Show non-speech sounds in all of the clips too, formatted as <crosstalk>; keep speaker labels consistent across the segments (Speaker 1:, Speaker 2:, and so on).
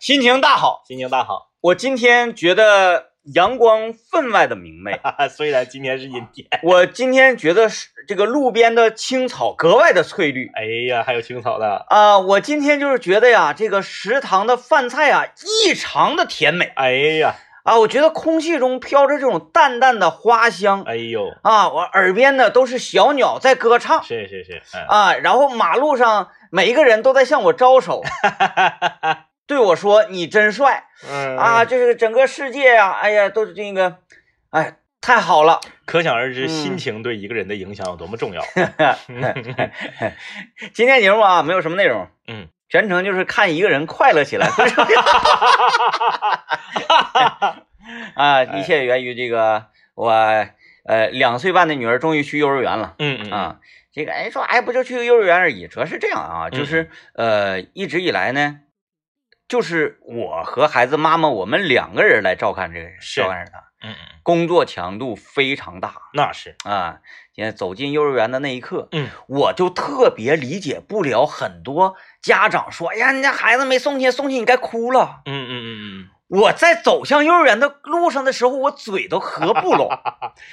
Speaker 1: 心情大好。
Speaker 2: 心情大好。 <laughs>
Speaker 1: 我今天觉得阳光分外的明
Speaker 2: <laughs>
Speaker 1: 媚，
Speaker 2: 虽然今天是阴天， <laughs>
Speaker 1: 我今天觉得是这个路边的青草格外的翠绿
Speaker 2: 哎呀，还有青草的，
Speaker 1: 啊、我今天就是觉得呀，这个食堂的饭菜啊异常的甜美
Speaker 2: 哎呀，
Speaker 1: 啊，我觉得空气中飘着这种淡淡的花香
Speaker 2: 哎呦，
Speaker 1: 啊，我耳边呢都是小鸟在歌唱
Speaker 2: 是是是，嗯，
Speaker 1: 啊，然后马路上每一个人都在向我招手，对我说你真帅。
Speaker 2: 嗯
Speaker 1: 啊，，就是整个世界呀、哎呀，都是那个，哎，太好了。
Speaker 2: 可想而知，
Speaker 1: 嗯
Speaker 2: 心情对一个人的影响有多么
Speaker 1: <laughs>
Speaker 2: 重要。
Speaker 1: 嗯今天节目啊，没有什么内容，
Speaker 2: 嗯，
Speaker 1: 全程就是看一个人快乐起
Speaker 2: <laughs>
Speaker 1: 来。 <laughs>
Speaker 2: 哎
Speaker 1: 啊，一切源于这个我呃两岁半的女儿终于去幼儿园了
Speaker 2: 嗯嗯，
Speaker 1: 啊。这个哎说哎不就去幼儿园而已，主要是这样啊，
Speaker 2: 嗯
Speaker 1: 就是呃一直以来呢。就是我和孩子妈妈，我们两个人来照看这个人，
Speaker 2: 是
Speaker 1: 照看着他，
Speaker 2: 嗯嗯，
Speaker 1: 工作强度非常大。
Speaker 2: 那是，
Speaker 1: 啊，现在走进幼儿园的那一刻，
Speaker 2: 嗯，
Speaker 1: 我就特别理解不了很多家长说：“哎呀，你家孩子没送去，送去你该哭了。
Speaker 2: 嗯嗯嗯”
Speaker 1: 我在走向幼儿园的路上的时候，我嘴都合不
Speaker 2: <laughs>
Speaker 1: 拢。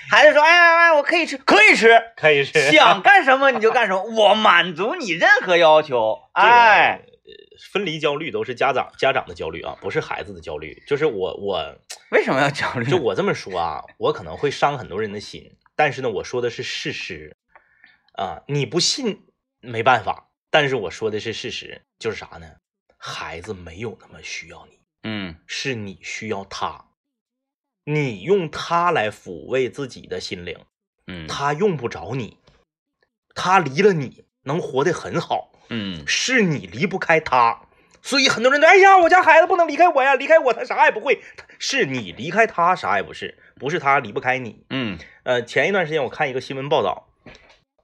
Speaker 1: 孩子说：“哎呀，哎，我可以吃，可以吃，
Speaker 2: 嗯，可以是。
Speaker 1: 想干什么你就干什么，我满足你任何要
Speaker 2: <laughs>
Speaker 1: 求。”哎，
Speaker 2: <laughs> 这个，呃分离焦虑都是家长家长的焦虑啊，不是孩子的焦虑。就是我我
Speaker 1: 为什么要 <laughs> 焦虑？
Speaker 2: 就我这么说啊，我可能会伤很多人的心，但是呢，我说的是事实啊，你不信没办法，但是我说的是事实，就是啥呢？孩子没有那么需要你，
Speaker 1: 嗯
Speaker 2: 是你需要他，你用他来抚慰自己的心灵，
Speaker 1: 嗯
Speaker 2: 他用不着你，他离了你能活得很好。
Speaker 1: 嗯
Speaker 2: 是你离不开他，所以很多人都哎呀，我家孩子不能离开我呀，离开我他啥也不会。他是你离开他啥也不是，不是他离不开你。
Speaker 1: 嗯
Speaker 2: 呃，前一段时间我看一个新闻报道，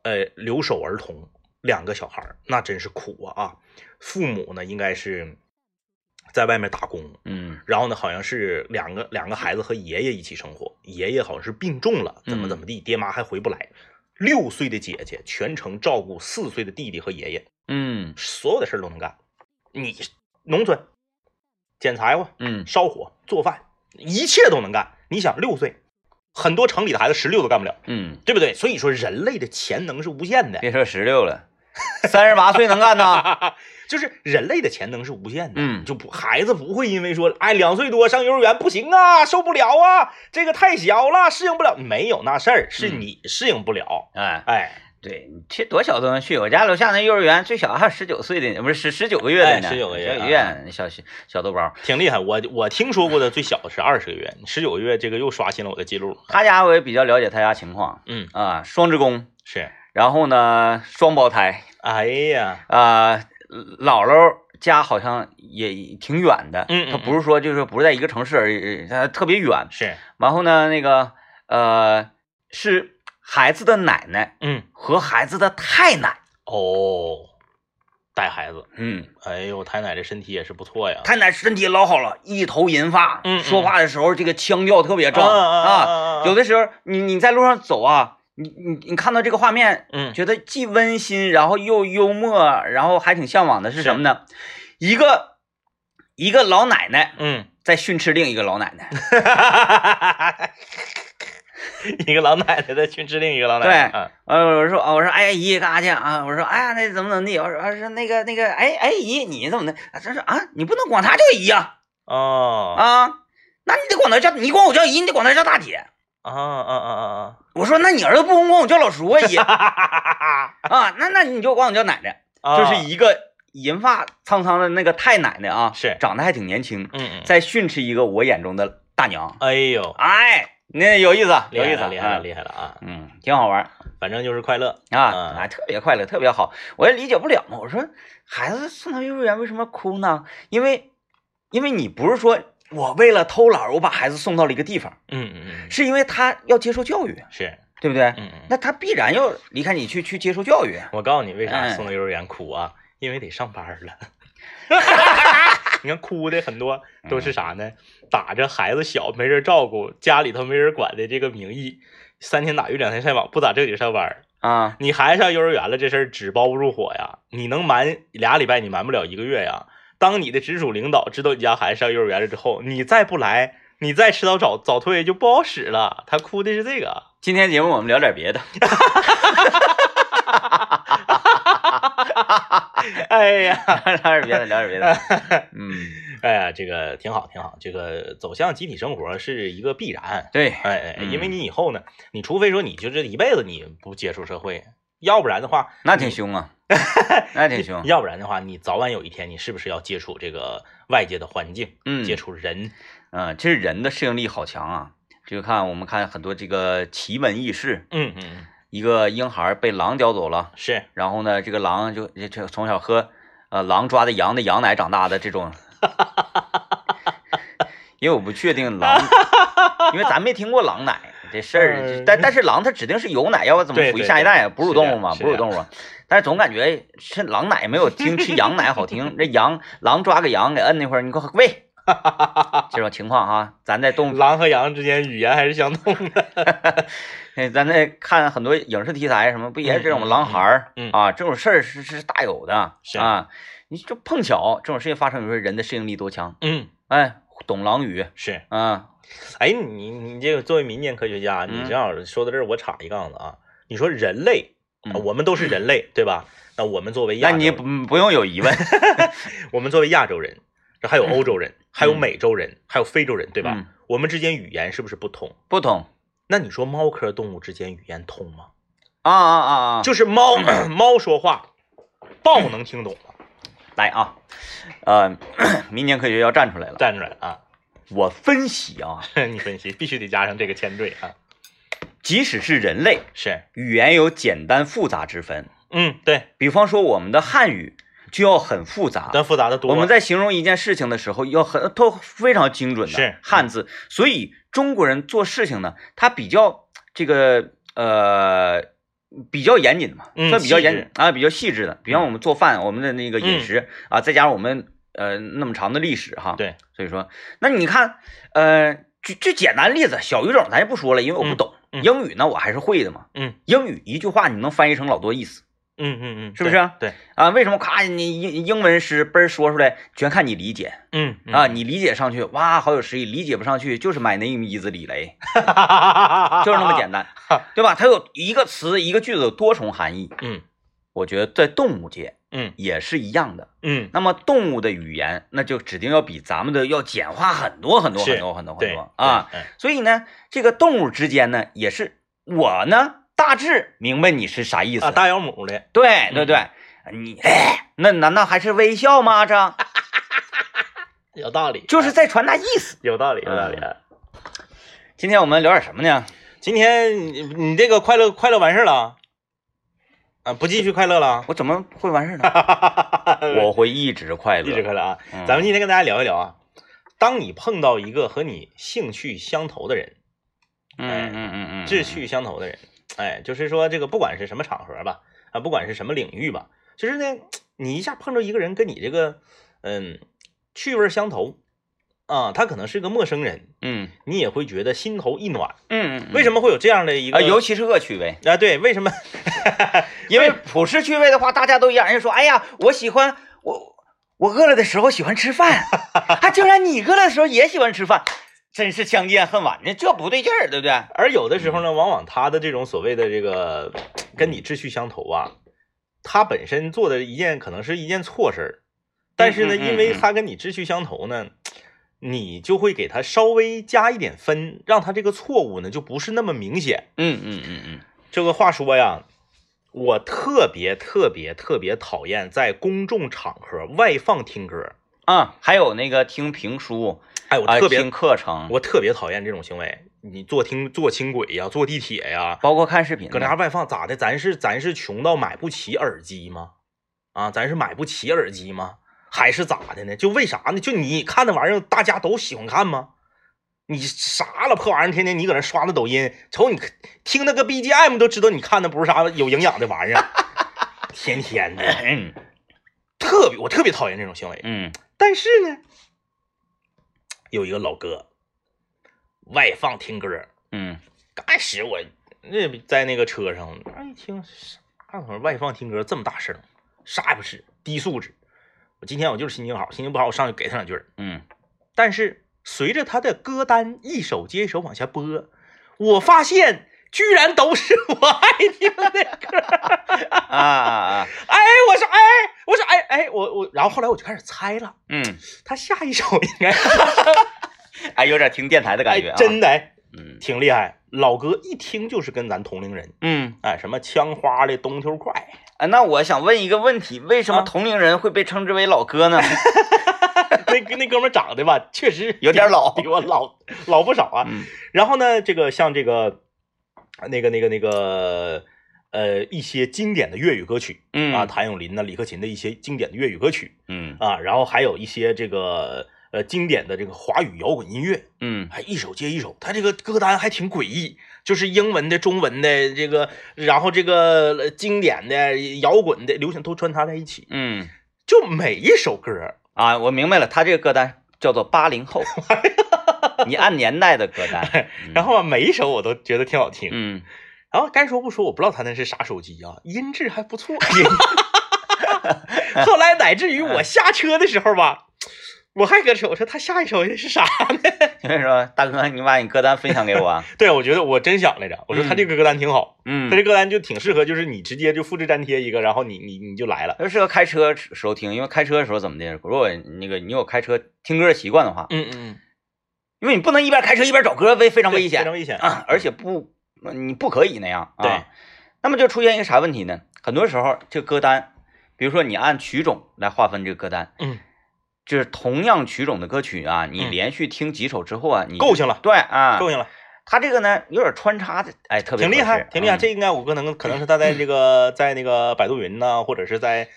Speaker 2: 呃，留守儿童两个小孩儿那真是苦啊啊！父母呢应该是在外面打工，
Speaker 1: 嗯
Speaker 2: 然后呢好像是两个两个孩子和爷爷一起生活，爷爷好像是病重了，怎么怎么地，爹妈还回不来。六岁的姐姐全程照顾四岁的弟弟和爷爷，
Speaker 1: 嗯
Speaker 2: 所有的事儿都能干。你农村捡柴火、
Speaker 1: 嗯
Speaker 2: 烧火、做饭，一切都能干。你想，六岁，很多城里的孩子十六都干不了，
Speaker 1: 嗯，
Speaker 2: 对不对？所以说，人类的潜能是无限的，
Speaker 1: 别说十六了，三十八岁能干
Speaker 2: <laughs>
Speaker 1: 呐。
Speaker 2: 就是人类的潜能是无限的。
Speaker 1: 嗯
Speaker 2: 就不孩子不会因为说，哎，两岁多上幼儿园不行啊，受不了啊，这个太小了，适应不了。没有那事儿，是
Speaker 1: 嗯
Speaker 2: 你适应不了。
Speaker 1: 哎，
Speaker 2: 哎，
Speaker 1: 对，你这多小都能去。我家楼下那幼儿园最小还有十九岁的呢，不是十十九个月的呢，
Speaker 2: 哎19个月
Speaker 1: 19月小小小豆包。
Speaker 2: 挺厉害。我我听说过的最小是二十个月，十九个月这个又刷新了我的记录。
Speaker 1: 他家我也比较了解他家情况
Speaker 2: 嗯，
Speaker 1: 啊，双职工，
Speaker 2: 是。
Speaker 1: 然后呢双胞胎
Speaker 2: 哎呀，
Speaker 1: 啊，姥姥家好像也挺远的，
Speaker 2: 嗯嗯
Speaker 1: 他不是说就是不是在一个城市而已，他特别远。
Speaker 2: 是，
Speaker 1: 然后呢，那个呃是孩子的奶奶
Speaker 2: 嗯，
Speaker 1: 和孩子的太奶，
Speaker 2: 哦，带孩子，
Speaker 1: 嗯，
Speaker 2: 哎呦，太奶这身体也是不错呀。
Speaker 1: 太奶身体老好了，一头银发，
Speaker 2: 嗯嗯
Speaker 1: 说话的时候这个腔调特别
Speaker 2: 啊
Speaker 1: 壮啊。
Speaker 2: 啊
Speaker 1: 有的时候你你在路上走啊，你你你看到这个画面，
Speaker 2: 嗯，
Speaker 1: 觉得既温馨，然后又幽默，然后还挺向往的是什么呢？一个一个老奶奶
Speaker 2: 嗯，
Speaker 1: 在训斥另一个老奶
Speaker 2: <laughs>
Speaker 1: 奶，
Speaker 2: 一个老奶奶在训斥另一个老奶奶。
Speaker 1: 对
Speaker 2: 嗯
Speaker 1: 呃，我说啊，我说哎姨干啥去啊？我说哎呀那怎么怎么地？我说我说那个那个哎哎姨你怎么的？啊她说啊你不能管她叫姨呀
Speaker 2: 哦，
Speaker 1: 啊那你得管她叫你管我叫姨，你得管她叫大姐。
Speaker 2: 啊啊啊啊
Speaker 1: 我说那你儿子不公管我叫老叔啊
Speaker 2: <laughs>
Speaker 1: 姨
Speaker 2: 啊
Speaker 1: 啊，那那你就管我叫奶奶，
Speaker 2: 啊！
Speaker 1: 就是，一个银发苍苍的那个太奶奶啊，
Speaker 2: 是
Speaker 1: 长得还挺年轻，
Speaker 2: 嗯嗯，
Speaker 1: 在训斥一个我眼中的大娘，
Speaker 2: 哎呦，
Speaker 1: 哎，那有意思，
Speaker 2: 厉
Speaker 1: 有
Speaker 2: 害
Speaker 1: 意思，
Speaker 2: 了，厉害了，
Speaker 1: 嗯
Speaker 2: 厉害了啊！
Speaker 1: 嗯，挺好玩
Speaker 2: 反正就是快乐。
Speaker 1: 啊，
Speaker 2: 嗯
Speaker 1: 哎，特别快乐，特别好，我也理解不了嘛，我说孩子送到幼儿园为什么哭呢？因为，因为你不是说我为了偷懒儿我把孩子送到了一个地方，
Speaker 2: 嗯嗯嗯，
Speaker 1: 是因为他要接受教育，
Speaker 2: 是，
Speaker 1: 对不对？
Speaker 2: 嗯嗯。
Speaker 1: 那他必然要离开你去去接受教育。
Speaker 2: 我告诉你为啥
Speaker 1: 哎
Speaker 2: 送到幼儿园哭啊，因为得上班儿了。你看哭的很多都是啥呢？打着孩子小没人照顾，家里头没人管的这个名义，三天打鱼两天晒网，不咋正经上班儿。
Speaker 1: 啊，
Speaker 2: 你孩子上幼儿园了，这事儿纸包不住火呀！你能瞒俩礼拜，你瞒不了一个月呀。当你的直属领导知道你家孩子上幼儿园了之后，你再不来，你再迟到早早退就不好使了。他哭的是这个，
Speaker 1: 今天节目我们聊点别的，
Speaker 2: 哎呀，
Speaker 1: 聊点别的，聊点别的。嗯，
Speaker 2: 哎呀，这个挺好，挺好。这个走向集体生活是一个必然，
Speaker 1: 对，
Speaker 2: 哎哎，因为
Speaker 1: 嗯
Speaker 2: 你以后呢，你除非说你就这一辈子你不接触社会，要不然的话，
Speaker 1: 那挺凶啊，那挺凶。
Speaker 2: 要不然的话，你早晚有一天你是不是要接触这个外界的环境，
Speaker 1: 嗯，
Speaker 2: 接触人？
Speaker 1: 嗯，其实人的适应力好强啊。这个看我们看很多这个奇闻异事，
Speaker 2: 嗯嗯，
Speaker 1: 一个婴孩被狼叼走了，
Speaker 2: 是
Speaker 1: 然后呢，这个狼就就就从小喝呃狼抓的羊的羊奶长大的这
Speaker 2: <laughs>
Speaker 1: 种，因为我不确定狼，因为咱没听过狼奶这事儿
Speaker 2: 嗯，
Speaker 1: 但但是狼它指定是有奶，要不然怎么
Speaker 2: 对
Speaker 1: 抚育
Speaker 2: 对
Speaker 1: 下一
Speaker 2: 对
Speaker 1: 代啊？哺乳
Speaker 2: 是这
Speaker 1: 动物
Speaker 2: 样
Speaker 1: 嘛，
Speaker 2: 是
Speaker 1: 哺乳
Speaker 2: 这
Speaker 1: 动
Speaker 2: 样
Speaker 1: 物
Speaker 2: <laughs>
Speaker 1: 嘛。但是总感觉吃狼奶没有听吃羊奶好听，这羊狼抓个羊给摁那块儿，你给我
Speaker 2: <laughs>
Speaker 1: 喂，这种情况哈，咱在动物
Speaker 2: 狼和羊之间语言还是相通的。
Speaker 1: 哎，咱在看很多影视题材，什么不也是这种
Speaker 2: 嗯
Speaker 1: 狼孩儿、
Speaker 2: 嗯嗯
Speaker 1: 啊，这种事儿是是大有的
Speaker 2: 是
Speaker 1: 啊。你就碰巧这种事情发生，你说人的适应力多强？
Speaker 2: 嗯，
Speaker 1: 哎，懂狼语
Speaker 2: 是。
Speaker 1: 啊，
Speaker 2: 哎，你你这个作为民间科学家，你
Speaker 1: 嗯
Speaker 2: 这样说到这儿，我插一杠子啊。你说人类，啊
Speaker 1: 嗯
Speaker 2: 我们都是人类，对吧？那我们作为亚
Speaker 1: 那
Speaker 2: 洲
Speaker 1: 你
Speaker 2: 人，
Speaker 1: 不不用有疑问， <laughs>
Speaker 2: 我们作为亚洲人，这还有欧洲人，还有美洲人，还有非洲人，对吧
Speaker 1: 嗯？
Speaker 2: 我们之间语言是不是不通？
Speaker 1: 不懂
Speaker 2: 那你说猫科动物之间语言通吗？
Speaker 1: 啊啊啊啊！
Speaker 2: 就是猫 <clears throat> 猫说话，豹能听懂吗？
Speaker 1: 来啊，呃，民间科学要站出来了。
Speaker 2: 站出来了啊！ <laughs>
Speaker 1: 我分析啊，
Speaker 2: 你分析必须得加上这个前缀啊。
Speaker 1: 即使是人类，
Speaker 2: 是，
Speaker 1: 语言有简单复杂之分。
Speaker 2: 嗯，对，
Speaker 1: 比方说我们的汉语就要很复杂，
Speaker 2: 但复杂的多。
Speaker 1: 啊我们在形容一件事情的时候，要很都非常精准的
Speaker 2: 是嗯
Speaker 1: 汉字，所以中国人做事情呢，他比较这个呃比较严谨的嘛，
Speaker 2: 嗯
Speaker 1: 算比较严
Speaker 2: 细
Speaker 1: 谨啊，比较细致的。比方我们做饭，我们的那个饮
Speaker 2: 嗯
Speaker 1: 食啊，再加上我们呃那么长的历史哈，
Speaker 2: 对，
Speaker 1: 所以说，那你看呃最最简单的例子，小语种咱就不说了，因为我不
Speaker 2: 嗯
Speaker 1: 懂。
Speaker 2: 嗯
Speaker 1: 英语呢，我还是会的嘛。
Speaker 2: 嗯，
Speaker 1: 英语一句话你能翻译成老多意思。
Speaker 2: 嗯嗯嗯，
Speaker 1: 是不是啊
Speaker 2: 对，对
Speaker 1: 啊，为什么咔你英英文诗嘣儿说出来，全看你理解
Speaker 2: 嗯
Speaker 1: 啊，，你理解上去，哇，好有诗意；理解不上去，就是 My name is 李雷，
Speaker 2: 嗯
Speaker 1: 就是那
Speaker 2: <laughs>
Speaker 1: 么简单，对吧？它有一个词一个句子有多重含义，
Speaker 2: 嗯
Speaker 1: 我觉得在动物界
Speaker 2: 嗯
Speaker 1: 也是一样的。
Speaker 2: 嗯，
Speaker 1: 那么动物的语言，那就指定要比咱们的要简化很多很多
Speaker 2: 是
Speaker 1: 很多很多很
Speaker 2: 对
Speaker 1: 多啊。，
Speaker 2: 对嗯
Speaker 1: 所以呢，这个动物之间呢，也是我呢大致明白你是啥意思
Speaker 2: 啊，，大姚母的，
Speaker 1: 对
Speaker 2: 嗯
Speaker 1: 对对，你、哎、那难道还是微笑吗？这
Speaker 2: 有道理，啊
Speaker 1: 就是在传达意思。
Speaker 2: 有道理，有道理。啊
Speaker 1: 今天我们聊点什么呢？，
Speaker 2: 今天你你这个快乐快乐完事儿了啊，不继续快乐了
Speaker 1: 我怎么会完事儿呢？
Speaker 2: <laughs>
Speaker 1: 我会一直快乐，
Speaker 2: 一直快乐啊。
Speaker 1: 嗯
Speaker 2: 咱们今天跟大家聊一聊啊，当你碰到一个和你兴趣相投的人，
Speaker 1: 嗯
Speaker 2: 哎
Speaker 1: 嗯嗯嗯嗯，
Speaker 2: 志趣相投的人，哎，就是说这个不管是什么场合吧，啊，不管是什么领域吧，就是呢，你一下碰着一个人跟你这个嗯趣味儿相投啊，他可能是个陌生人，
Speaker 1: 嗯，
Speaker 2: 你也会觉得心头一暖。
Speaker 1: 嗯嗯嗯，
Speaker 2: 为什么会有这样的一
Speaker 1: 啊？
Speaker 2: 个？
Speaker 1: 尤其是恶趣味，
Speaker 2: 啊，对，为什么？
Speaker 1: 因为普世趣味的话，大家都一样。人家说，哎呀，我喜欢我我饿了的时候喜欢吃饭，还竟然你饿了的时候也喜欢吃饭，真是相见恨晚，那这不对劲儿，对不对？
Speaker 2: 而有的时候呢，
Speaker 1: 嗯
Speaker 2: 往往他的这种所谓的这个跟你志趣相投啊，他本身做的一件可能是一件错事儿，但是呢，
Speaker 1: 嗯嗯嗯
Speaker 2: 因为他跟你志趣相投呢，你就会给他稍微加一点分，让他这个错误呢就不是那么明显。
Speaker 1: 嗯嗯嗯嗯，
Speaker 2: 这个话说呀，我特别特别特别讨厌在公众场合外放听歌，
Speaker 1: 啊，还有那个听评书，
Speaker 2: 哎，我
Speaker 1: 啊，
Speaker 2: 特别、
Speaker 1: 听课程，
Speaker 2: 我特别讨厌这种行为。你坐听坐轻轨呀，坐地铁呀，
Speaker 1: 包括看视频的，
Speaker 2: 搁那外放咋的？咱是咱是穷到买不起耳机吗？啊，咱是买不起耳机吗？还是咋的呢？就为啥呢？就你看那玩意儿，大家都喜欢看吗？你啥了破玩意儿？天天你搁那刷那抖音，瞅你听那个 BGM 都知道你看的不是啥有营养的玩意儿， <laughs> 天天的，
Speaker 1: 嗯
Speaker 2: 特别我特别讨厌这种行为。
Speaker 1: 嗯
Speaker 2: 但是呢，有一个老哥外放听歌，
Speaker 1: 嗯
Speaker 2: 刚开始我那在那个车上，哎那一听啥玩意儿外放听歌这么大声，啥也不是，低素质。我今天我就是心情好，心情不好我上去给他两句儿。 <laughs>
Speaker 1: 嗯
Speaker 2: 但是随着他的歌单一首接一首往下播，我发现居然都是我爱听的歌。
Speaker 1: 啊啊啊，
Speaker 2: <laughs> 哎，我说，哎，我说，哎哎，我我，然后后来我就开始猜了，
Speaker 1: 嗯，
Speaker 2: 他下一首应该
Speaker 1: 哎，有点听电台的感
Speaker 2: 哎
Speaker 1: 觉啊，
Speaker 2: 真的哎
Speaker 1: 嗯
Speaker 2: 挺厉害。老哥一听就是跟咱同龄人，
Speaker 1: 嗯，
Speaker 2: 哎，什么枪花的东秋快，
Speaker 1: 哎，那我想问一个问题，为什么
Speaker 2: 啊
Speaker 1: 同龄人会被称之为老哥
Speaker 2: <laughs>
Speaker 1: 呢？
Speaker 2: 那个那哥们儿长得吧，确实
Speaker 1: 有点老
Speaker 2: 比我老老不少啊。
Speaker 1: 嗯
Speaker 2: 然后呢，这个像这个那个那个那个呃一些经典的粤语歌曲
Speaker 1: 嗯
Speaker 2: 啊，谭咏麟呐、李克勤的一些经典的粤语歌曲
Speaker 1: 嗯
Speaker 2: 啊，然后还有一些这个呃经典的这个华语摇滚音乐，
Speaker 1: 嗯
Speaker 2: 还一首接一首，他这个歌单还挺诡异，就是英文的、中文的这个，然后这个呃经典的、摇滚的、流行都穿插在一起，
Speaker 1: 嗯，
Speaker 2: 就每一首歌。，
Speaker 1: 啊，我明白了，他这个歌单叫做八零后，你按年代的歌单
Speaker 2: <laughs> 然后啊，每一首我都觉得挺好听，
Speaker 1: 嗯。嗯
Speaker 2: 然后该说不说，我不知道他那是啥手机啊，音质还不 <laughs> 错。后来乃至于我下车的时候吧，我还搁这，我说他下一首是啥呢？ <laughs>
Speaker 1: 因为说大哥，你把你歌单分享给我啊。
Speaker 2: 对，我觉得我真想来着，我说他这个歌单挺好，
Speaker 1: 嗯
Speaker 2: 他这歌单就挺适合，就是你直接就复制粘贴一个，然后你你你就来了。
Speaker 1: 就适合开车时候听，因为开车的时候怎么的，如果那个你有开车听歌的习惯的话，
Speaker 2: 嗯嗯，
Speaker 1: 因为你不能一边开车一边找歌，非非
Speaker 2: 非
Speaker 1: 常危险
Speaker 2: 非常危险。嗯
Speaker 1: 啊，而且不，你不可以那样啊。
Speaker 2: 对，
Speaker 1: 那么就出现一个啥问题呢？很多时候这歌单，比如说你按曲种来划分这个歌单，
Speaker 2: 嗯，
Speaker 1: 就是同样曲种的歌曲啊，你
Speaker 2: 嗯
Speaker 1: 连续听几首之后啊，你
Speaker 2: 够性了，
Speaker 1: 对啊，
Speaker 2: 够性了，
Speaker 1: 它这个呢有点穿插的，哎，特别
Speaker 2: 挺厉害
Speaker 1: 合，适
Speaker 2: 挺厉害。
Speaker 1: 嗯
Speaker 2: 这应该我可能可 <laughs> 能是他在这个在那个百度云呐、或者是在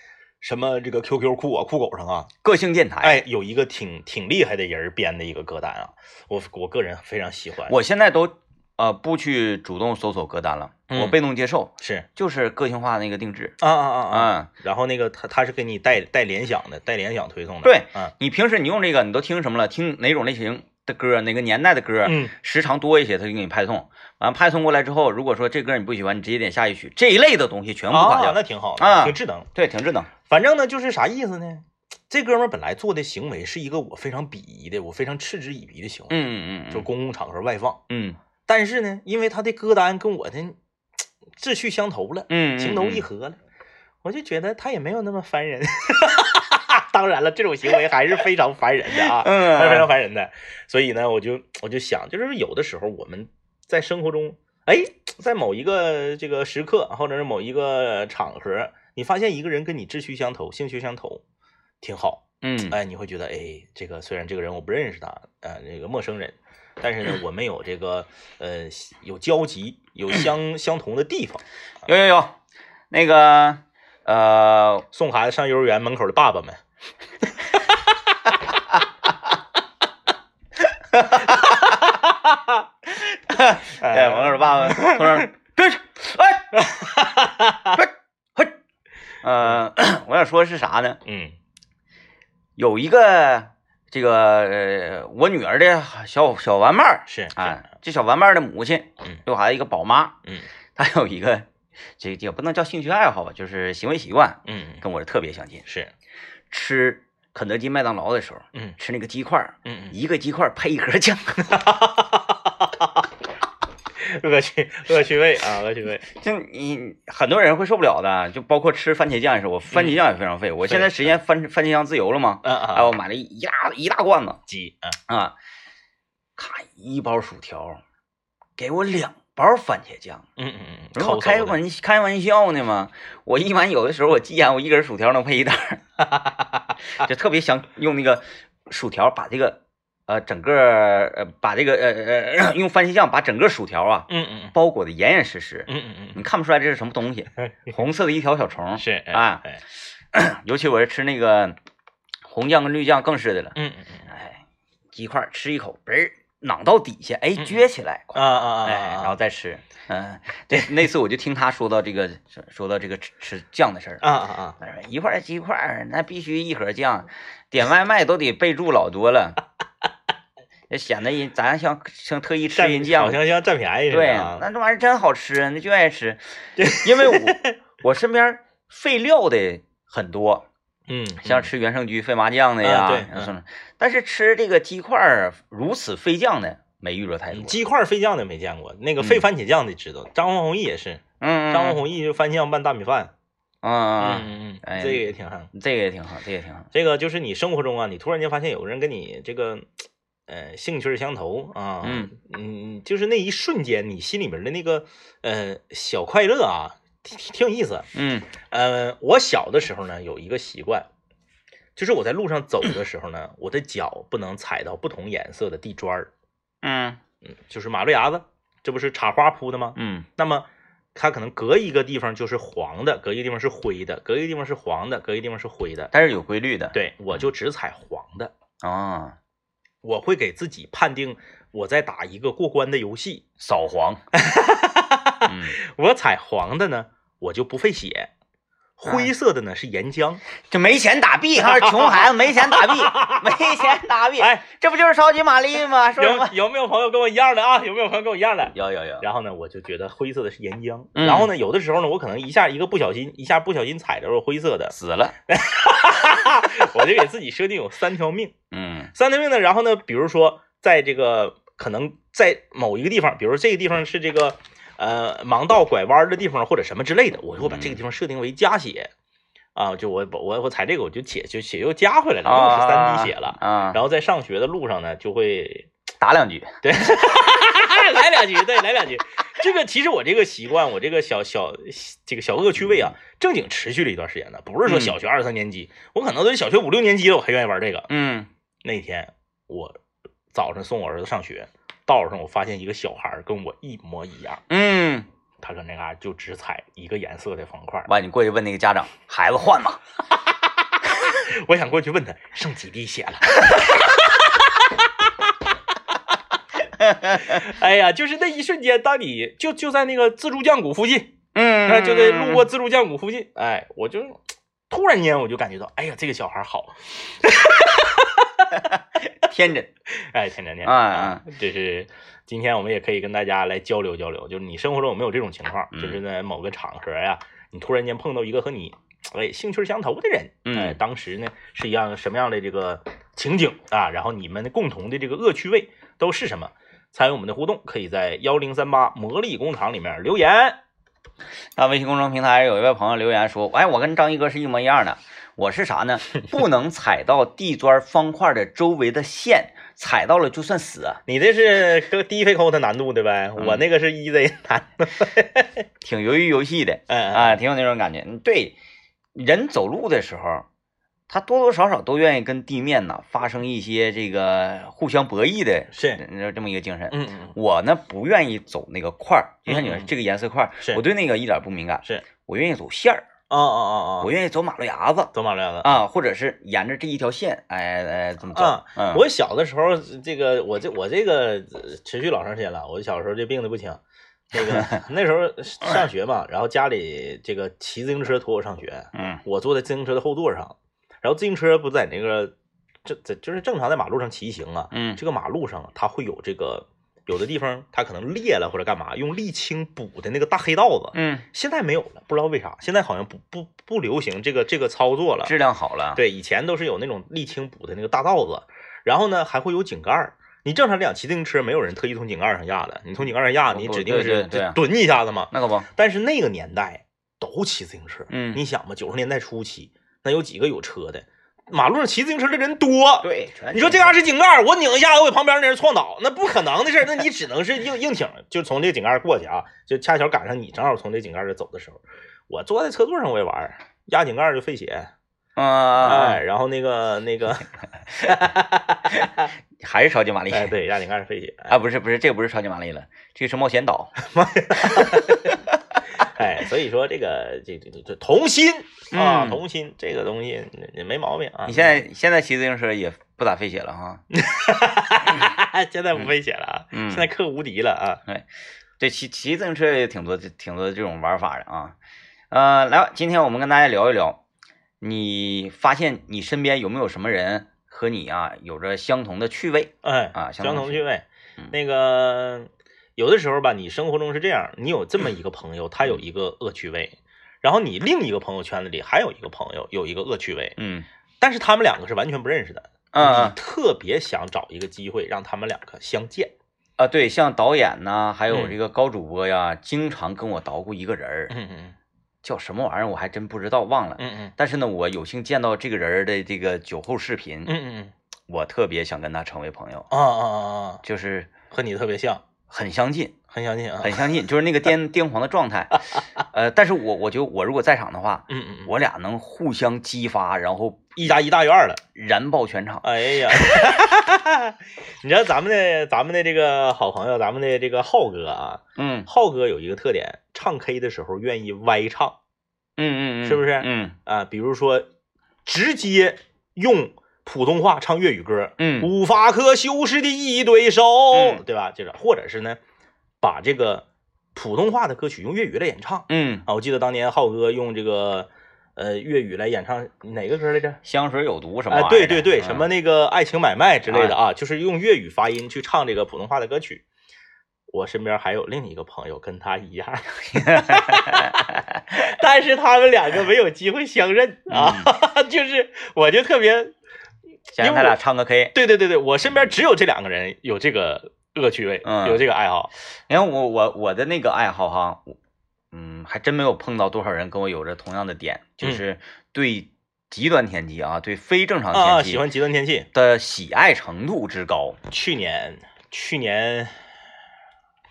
Speaker 2: 什么这个 QQ 酷啊酷狗上啊，
Speaker 1: 个性电台，
Speaker 2: 哎，有一个挺挺厉害的人编的一个歌单啊，我我个人非常喜欢。
Speaker 1: 我现在都呃不去主动搜索歌单了，
Speaker 2: 嗯
Speaker 1: 我被动接受，
Speaker 2: 是
Speaker 1: 就是个性化那个定制。
Speaker 2: 啊啊啊啊！
Speaker 1: 嗯，
Speaker 2: 然后那个他他是给你带带联想的，带联想推送的。
Speaker 1: 对
Speaker 2: 嗯
Speaker 1: 你平时你用这个，你都听什么了？听哪种类型的歌？哪个年代的歌？
Speaker 2: 嗯
Speaker 1: 时长多一些，它就给你派送。完派送过来之后，如果说这歌你不喜欢，你直接点下一曲。这一类的东西全部卡
Speaker 2: 啊，
Speaker 1: 掉。
Speaker 2: 那挺好的，
Speaker 1: 啊
Speaker 2: 挺智能。
Speaker 1: 对，挺智能。
Speaker 2: 反正呢，就是啥意思呢？这哥们儿本来做的行为是一个我非常鄙夷的，我非常嗤之以鼻的行为，
Speaker 1: 嗯嗯嗯，
Speaker 2: 就公共场合外放。
Speaker 1: 嗯
Speaker 2: 但是呢，因为他的歌单跟我的志趣相投了，
Speaker 1: 嗯，
Speaker 2: 情投意
Speaker 1: 合。
Speaker 2: 合了，我就觉得他也没有那么烦人。 <laughs> 当然了，这种行为还是非常烦人的啊，还是非常
Speaker 1: 嗯
Speaker 2: 烦人的。所以呢，我就我就想，就是有的时候我们在生活中，哎，在某一个这个时刻，或者是某一个场合，你发现一个人跟你志趣相投、兴趣相投，挺好。
Speaker 1: 嗯
Speaker 2: 哎，你会觉得，哎，这个虽然这个人我不认识他，呃，这个陌生人，但是呢，我们有这个呃有交集，有相相同的地方。
Speaker 1: 有有有，那个呃，
Speaker 2: 送孩子上幼儿园门口的爸爸们。
Speaker 1: <laughs> 哎，王老师爸爸从那
Speaker 2: <laughs>
Speaker 1: 儿别去，哎，别，嘿，呃， <clears throat> 我想说是啥呢？
Speaker 2: 嗯
Speaker 1: 有一个这个、呃、我女儿的小小玩伴儿，
Speaker 2: 是
Speaker 1: 啊，这小玩伴儿的母亲
Speaker 2: 嗯
Speaker 1: 对我孩子一个宝妈，
Speaker 2: 嗯
Speaker 1: 她有一个这也不能叫兴趣爱好吧，就是行为习惯
Speaker 2: 嗯
Speaker 1: 跟我是特别相近。
Speaker 2: 是
Speaker 1: 吃肯德基、麦当劳的时候，
Speaker 2: 嗯
Speaker 1: 吃那个鸡块儿，
Speaker 2: 嗯
Speaker 1: 一个鸡块儿配一盒
Speaker 2: <laughs>
Speaker 1: 酱，
Speaker 2: 嗯， <laughs> 恶趣恶趣味啊恶趣味，
Speaker 1: 就你很多人会受不了的，就包括吃番茄酱也是，我番茄酱也非常费。我现在实现番番茄酱自由了嘛，哎，
Speaker 2: 啊嗯啊
Speaker 1: 我买了一大一大罐子
Speaker 2: 鸡啊
Speaker 1: 啊，咔一包薯条，给我两包番茄酱，
Speaker 2: 嗯嗯嗯，
Speaker 1: 然后
Speaker 2: 抠
Speaker 1: 我开
Speaker 2: 搜的
Speaker 1: 玩开玩笑呢嘛，我一般有的时候我忌言，我一根薯条能配一袋儿，就 <laughs> 特别想用那个薯条把这个呃整个呃把这个呃呃用番茄酱把整个薯条啊
Speaker 2: 嗯嗯
Speaker 1: 包裹的严严实实，
Speaker 2: 嗯嗯嗯
Speaker 1: 你看不出来这是什么东西，红色的一条小虫
Speaker 2: 嗯。是哎
Speaker 1: 啊
Speaker 2: 哎
Speaker 1: <clears throat> 尤其我是吃那个红酱跟绿酱更是的了，
Speaker 2: 嗯嗯嗯
Speaker 1: 哎，鸡块儿吃一口，嘣儿攮到底下，哎，
Speaker 2: 嗯
Speaker 1: 撅起来，
Speaker 2: 啊啊啊，
Speaker 1: 哎，然后
Speaker 2: 啊
Speaker 1: 再吃。嗯，对，那次我就听他说到这个，说到这个吃吃酱的事儿。
Speaker 2: 啊啊
Speaker 1: 他说一块儿鸡块儿，那必须一盒酱，点外卖都得备注老多
Speaker 2: <laughs>
Speaker 1: 了，就显得人咱像像特意吃
Speaker 2: 占
Speaker 1: 人酱
Speaker 2: 好像像占便宜似
Speaker 1: 对，
Speaker 2: 的啊，
Speaker 1: 那这玩意儿真好吃，啊那就
Speaker 2: <laughs>
Speaker 1: 爱吃。因为我我身边废料的很多，
Speaker 2: 嗯，
Speaker 1: 像吃原生居飞麻酱的
Speaker 2: 啊
Speaker 1: 呀，
Speaker 2: 对
Speaker 1: 像
Speaker 2: 嗯
Speaker 1: 什么但是吃这个鸡块儿如此飞酱的没遇着太多。
Speaker 2: 鸡块儿飞酱的没见过，那个
Speaker 1: 嗯
Speaker 2: 费番茄酱的知道，张王弘毅也是，
Speaker 1: 嗯，嗯
Speaker 2: 张王弘毅就番茄酱拌大米饭，
Speaker 1: 嗯嗯
Speaker 2: 嗯
Speaker 1: 哎
Speaker 2: 这个也挺横。
Speaker 1: 嗯，这个也挺好，这个也挺好。
Speaker 2: 这个就是你生活中啊，你突然间发现有个人跟你这个，呃，兴趣相投啊，
Speaker 1: 嗯
Speaker 2: 嗯就是那一瞬间，你心里面的那个呃小快乐啊，挺挺有意思。
Speaker 1: 嗯
Speaker 2: 呃，我小的时候呢，有一个习惯，就是我在路上走的时候呢，我的脚不能踩到不同颜色的地砖儿，
Speaker 1: 嗯
Speaker 2: 嗯，就是马路牙子，这不是插花铺的吗？
Speaker 1: 嗯
Speaker 2: 那么它可能隔一个地方就是黄的，隔一个地方是灰的，隔一个地方是黄的，隔一个地方是灰的。
Speaker 1: 但是有规律的。
Speaker 2: 对我就只踩黄的，
Speaker 1: 啊，
Speaker 2: 我会给自己判定我在打一个过关的游戏。
Speaker 1: 扫
Speaker 2: <laughs>
Speaker 1: 黄。嗯，
Speaker 2: 我踩黄的呢，我就不费血。
Speaker 1: 啊
Speaker 2: 灰色的呢是岩浆，
Speaker 1: 就没钱打币，哈，穷孩子没钱打币，没钱打币，
Speaker 2: 哎，
Speaker 1: 这不就是超级玛丽吗？说什么
Speaker 2: 有？有没有朋友跟我一样的啊？有没有朋友跟我一样的？
Speaker 1: 有有有，
Speaker 2: 然后呢，我就觉得灰色的是岩浆。
Speaker 1: 嗯，
Speaker 2: 然后呢，有的时候呢，我可能一下一个不小心，一下不小心踩着了灰色
Speaker 1: <laughs>
Speaker 2: 的
Speaker 1: 死了。
Speaker 2: 我就给自己设定有三条命。
Speaker 1: 嗯
Speaker 2: 三条命呢，然后呢，比如说在这个可能在某一个地方，比如这个地方是这个呃盲道拐弯的地方或者什么之类的，我就会把这个地方设定为加血啊，就我我我踩这个我就血就血又加回来了，又是三滴血了。
Speaker 1: 啊，
Speaker 2: 然后在上学的路上呢，就会 <laughs>
Speaker 1: 打两局。
Speaker 2: 来两句，对，来两句。这个其实我这个习惯，我这个小小这个小恶趣味啊，正经持续了一段时间的，不是
Speaker 1: 嗯
Speaker 2: 说小学二三年级，我可能都是小学五六年级了，我还愿意玩这个。
Speaker 1: 嗯
Speaker 2: 那天我早上送我儿子上学，道上我发现一个小孩儿跟我一模一样，
Speaker 1: 嗯，
Speaker 2: 他搁那嘎就只踩一个颜色的方块儿。
Speaker 1: 完你过去问那个家长，孩子换吧。
Speaker 2: 我想过去问他剩几滴血了。 <laughs> 哎呀，就是那一瞬间，当你就就在那个自助酱谷附近，哎
Speaker 1: 嗯
Speaker 2: 那就在路过。自助酱谷附近，哎，我就突然间我就感觉到，哎呀，这个小孩好，
Speaker 1: 天真。
Speaker 2: 哎，天天天，
Speaker 1: 哎
Speaker 2: 这是今天我们也可以跟大家来交流交流，就是你生活中有没有这种情况，
Speaker 1: 嗯
Speaker 2: 就是在某个场合呀、你突然间碰到一个和你哎兴趣相投的人，
Speaker 1: 嗯
Speaker 2: 哎，当时呢是一样什么样的这个情景啊？然后你们的共同的这个恶趣味都是什么？参与我们的互动，可以在幺零三八魔力工厂里面留言。
Speaker 1: 那微信公众平台有一位朋友留言说：“哎，我跟章一哥是一模一样的，我是啥
Speaker 2: <laughs>
Speaker 1: 呢？不能踩到地砖方块的周围的线，踩到了就算死。啊
Speaker 2: 你这是个低费扣的难度的呗，
Speaker 1: 嗯啊
Speaker 2: 我那个是 easy 难
Speaker 1: <laughs>
Speaker 2: 度。
Speaker 1: 挺由于游戏的
Speaker 2: 嗯嗯
Speaker 1: 啊，挺有那种感觉。嗯对，人走路的时候，他多多少少都愿意跟地面呐发生一些这个互相博弈的
Speaker 2: 是，
Speaker 1: 呃这么一个精神。
Speaker 2: 嗯嗯，
Speaker 1: 我呢不愿意走那个块儿，就像你说
Speaker 2: 嗯嗯
Speaker 1: 这个颜色块儿
Speaker 2: 是，
Speaker 1: 我对那个一点不敏感，
Speaker 2: 是，
Speaker 1: 我愿意走线儿，
Speaker 2: 哦哦哦
Speaker 1: 我
Speaker 2: 哦，
Speaker 1: 愿意走马路牙子。
Speaker 2: 走马路了。
Speaker 1: 啊，或者是沿着这一条线，哎哎，这么走？
Speaker 2: 啊
Speaker 1: 嗯，
Speaker 2: 我小的时候，这个我这我这个呃持续老长时间了。我小时候这病的不轻，那 <laughs> 个那时候上学嘛，然后家里这个骑自行车驮我上学，
Speaker 1: 嗯
Speaker 2: 我坐在自行车的后座上，然后自行车不在那个这这就是正常在马路上骑行啊，
Speaker 1: 嗯
Speaker 2: 这个马路上它会有这个有的地方它可能裂了或者干嘛，用沥青补的那个大黑道子，
Speaker 1: 嗯，
Speaker 2: 现在没有了，不知道为啥，现在好像不不不流行这个这个操作了。
Speaker 1: 质量好了，
Speaker 2: 对，以前都是有那种沥青补的那个大道子，然后呢还会有井盖儿。你正常讲骑自行车，没有人特意从井盖上压的，你从井盖上压，
Speaker 1: 不
Speaker 2: 你
Speaker 1: 不
Speaker 2: 指定
Speaker 1: 哦对
Speaker 2: 是
Speaker 1: 对对啊
Speaker 2: 蹲一下子嘛。
Speaker 1: 那可不，
Speaker 2: 但是那个年代都骑自行车，
Speaker 1: 嗯
Speaker 2: 你想吧，九十年代初期，那有几个有车的？马路上骑自行车的人多。
Speaker 1: 对，全
Speaker 2: 你说这
Speaker 1: 样
Speaker 2: 嘎是井盖儿，我拧一下，我给旁边那人撞倒，那不可能的事儿。那你只能是硬硬挺，就从这井盖儿过去啊，就恰巧赶上你正好从这井盖儿这走的时候，我坐在车座上我也玩儿，压井盖儿就费血，
Speaker 1: 啊
Speaker 2: 哎，，然后那个
Speaker 1: <laughs>
Speaker 2: 那个，
Speaker 1: 哎还是超级玛丽。
Speaker 2: 哎，对，压井盖是费血，哎
Speaker 1: 啊，不是不是，这个不是超级玛丽了，这个是冒险
Speaker 2: <laughs>
Speaker 1: 岛。
Speaker 2: 哎，所以说这个这这这这童心啊，
Speaker 1: 嗯
Speaker 2: 童心这个东西也没毛病啊。
Speaker 1: 你现在现在骑自行车也不咋费血了哈。
Speaker 2: 在 <laughs> 现在不费血了啊，
Speaker 1: 嗯
Speaker 2: 现在克无敌了啊。
Speaker 1: 对，骑骑自行车也挺多挺多这种玩法的啊。呃，来吧，今天我们跟大家聊一聊，你发现你身边有没有什么人和你啊有着相同的趣味？
Speaker 2: 哎
Speaker 1: 啊相
Speaker 2: 相
Speaker 1: 同
Speaker 2: 同
Speaker 1: 趣
Speaker 2: 趣味
Speaker 1: 嗯。
Speaker 2: 那个有的时候吧，你生活中是这样，你有这么一个朋友，他有一个恶趣味，然后你另一个朋友圈子里还有一个朋友有一个恶趣味，
Speaker 1: 嗯
Speaker 2: 但是他们两个是完全不认识的。你
Speaker 1: 嗯
Speaker 2: 特别想找一个机会让他们两个相见。
Speaker 1: 啊，对，像导演呐、还有
Speaker 2: 嗯
Speaker 1: 这个高主播呀，经常跟我捣鼓一个人儿，
Speaker 2: 嗯嗯
Speaker 1: 叫什么玩意儿我还真不知道，忘了。
Speaker 2: 嗯
Speaker 1: 但是呢，我有幸见到这个人儿的这个酒后视频，
Speaker 2: 嗯嗯嗯
Speaker 1: 我特别想跟他成为朋友，
Speaker 2: 啊啊啊啊！
Speaker 1: 就是
Speaker 2: 和你特别像，
Speaker 1: 很相近，
Speaker 2: 很相近啊。
Speaker 1: 很相近，就是
Speaker 2: <laughs>
Speaker 1: 那个癫癫狂的状态。呃，但是我我就我如果在场的话，
Speaker 2: 嗯嗯，嗯
Speaker 1: 我俩能互相激发，然后
Speaker 2: 一加一大于二了。
Speaker 1: 燃爆全场。
Speaker 2: 哎呀， <laughs> 你知道咱们的咱们的这个好朋友，咱们的这个浩哥啊，
Speaker 1: 嗯
Speaker 2: 浩哥有一个特点，唱 K 的时候愿意歪唱
Speaker 1: 嗯嗯，
Speaker 2: 是不是
Speaker 1: 嗯
Speaker 2: 啊，比如说直接用普通话唱粤语歌，
Speaker 1: 嗯
Speaker 2: 古法克修饰的一对手，
Speaker 1: 嗯
Speaker 2: 对吧？这种，或者是呢，把这个普通话的歌曲用粤语来演唱
Speaker 1: 嗯，
Speaker 2: 啊。我记得当年浩哥用这个呃粤语来演唱哪个歌来着？
Speaker 1: 香水有毒什么
Speaker 2: 哎
Speaker 1: 玩意，儿的？
Speaker 2: 对对对，
Speaker 1: 嗯哎
Speaker 2: 什么那个爱情买卖之类的啊，就是用粤语发音去唱这个普通话的歌曲。我身边还有另一个朋友跟他一样， <laughs> 但是他们两个没有机会相认
Speaker 1: 嗯
Speaker 2: 啊， <laughs> 就是我就特别
Speaker 1: 想让他俩唱个 K。
Speaker 2: 对对对对，我身边只有这两个人有这个恶趣味，
Speaker 1: 嗯
Speaker 2: 有这个爱好。
Speaker 1: 你看哎我我我的那个爱好哈，我嗯，还真没有碰到多少人跟我有着同样的点，
Speaker 2: 嗯
Speaker 1: 就是对极端天气啊，对非正常
Speaker 2: 啊，
Speaker 1: 天
Speaker 2: 喜
Speaker 1: 气
Speaker 2: 欢极端天气。
Speaker 1: 的喜爱程度之高。
Speaker 2: 去年，去年，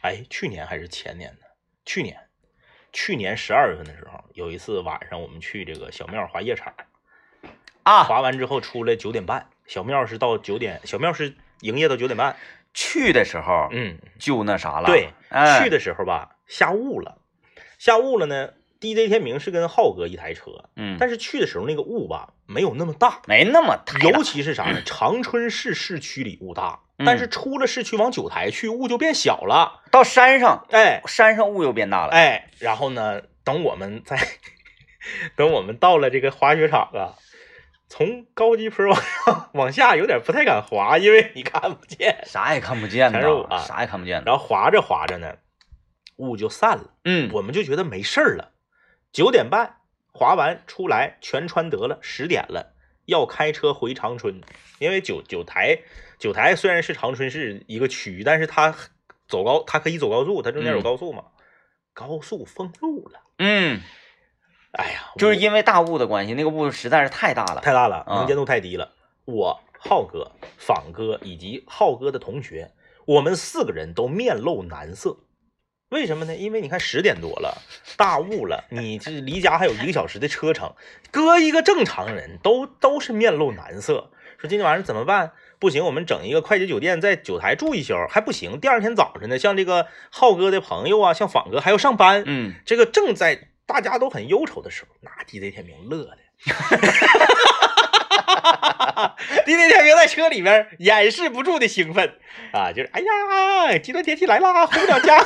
Speaker 2: 哎，去年还是前年呢？去年，去年十二月份的时候，有一次晚上我们去这个小庙滑夜场，
Speaker 1: 啊，
Speaker 2: 滑完之后出来九点半，小庙是到九点，小庙是营业到九点半。
Speaker 1: 去的时候
Speaker 2: 嗯，
Speaker 1: 就那啥了，
Speaker 2: 对，
Speaker 1: 哎
Speaker 2: 去，的时候吧，下雾了，下雾了呢。DJ 天明是跟浩哥一台车，
Speaker 1: 嗯，
Speaker 2: 但是去的时候那个雾吧没有那么大，
Speaker 1: 没那么太大嗯
Speaker 2: 尤其是啥呢？长春市市区里雾大，但是出了市区往九台去，雾就变小了。
Speaker 1: 到山上，
Speaker 2: 哎
Speaker 1: 山上雾又变大了。
Speaker 2: 哎，然后呢，等我们在 <laughs> 等我们到了这个滑雪场啊，从高级坡往上往下有点不太敢滑，因为你看不见。
Speaker 1: 啥也看不见
Speaker 2: 全是雾
Speaker 1: 呐，
Speaker 2: 啊
Speaker 1: 啥也看不见的。
Speaker 2: 然后滑着滑着呢，雾就散了，
Speaker 1: 嗯，
Speaker 2: 我们就觉得没事儿了。九点半滑完出来，全穿得了，十点了。要开车回长春，因为九九台九台虽然是长春市一个区，但是它走高，它可以走高速，它中间有
Speaker 1: 嗯
Speaker 2: 高速嘛，高速封路了。
Speaker 1: 嗯，
Speaker 2: 哎呀，
Speaker 1: 就是
Speaker 2: 我嗯
Speaker 1: 因为大雾的关系，那个雾实在是太大了。
Speaker 2: 太大了，
Speaker 1: 啊
Speaker 2: 能见度太低了。我浩哥、仿哥以及浩哥的同学，我们四个人都面露难色。为什么呢？因为你看十点多了，大雾了，你这离家还有一个小时的车程，搁一个正常人都都是面露难色，说今天晚上怎么办？不行，我们整一个快捷酒店，在九台住一宿还不行。第二天早晨呢，像这个浩哥的朋友啊，像仿哥还要上班，
Speaker 1: 嗯，
Speaker 2: 这个正在大家都很忧愁的时候，那 DJ 天明乐的。DJ 天明在车里边掩饰不住的兴奋啊，就是哎呀，极端天气来啦，回不了家。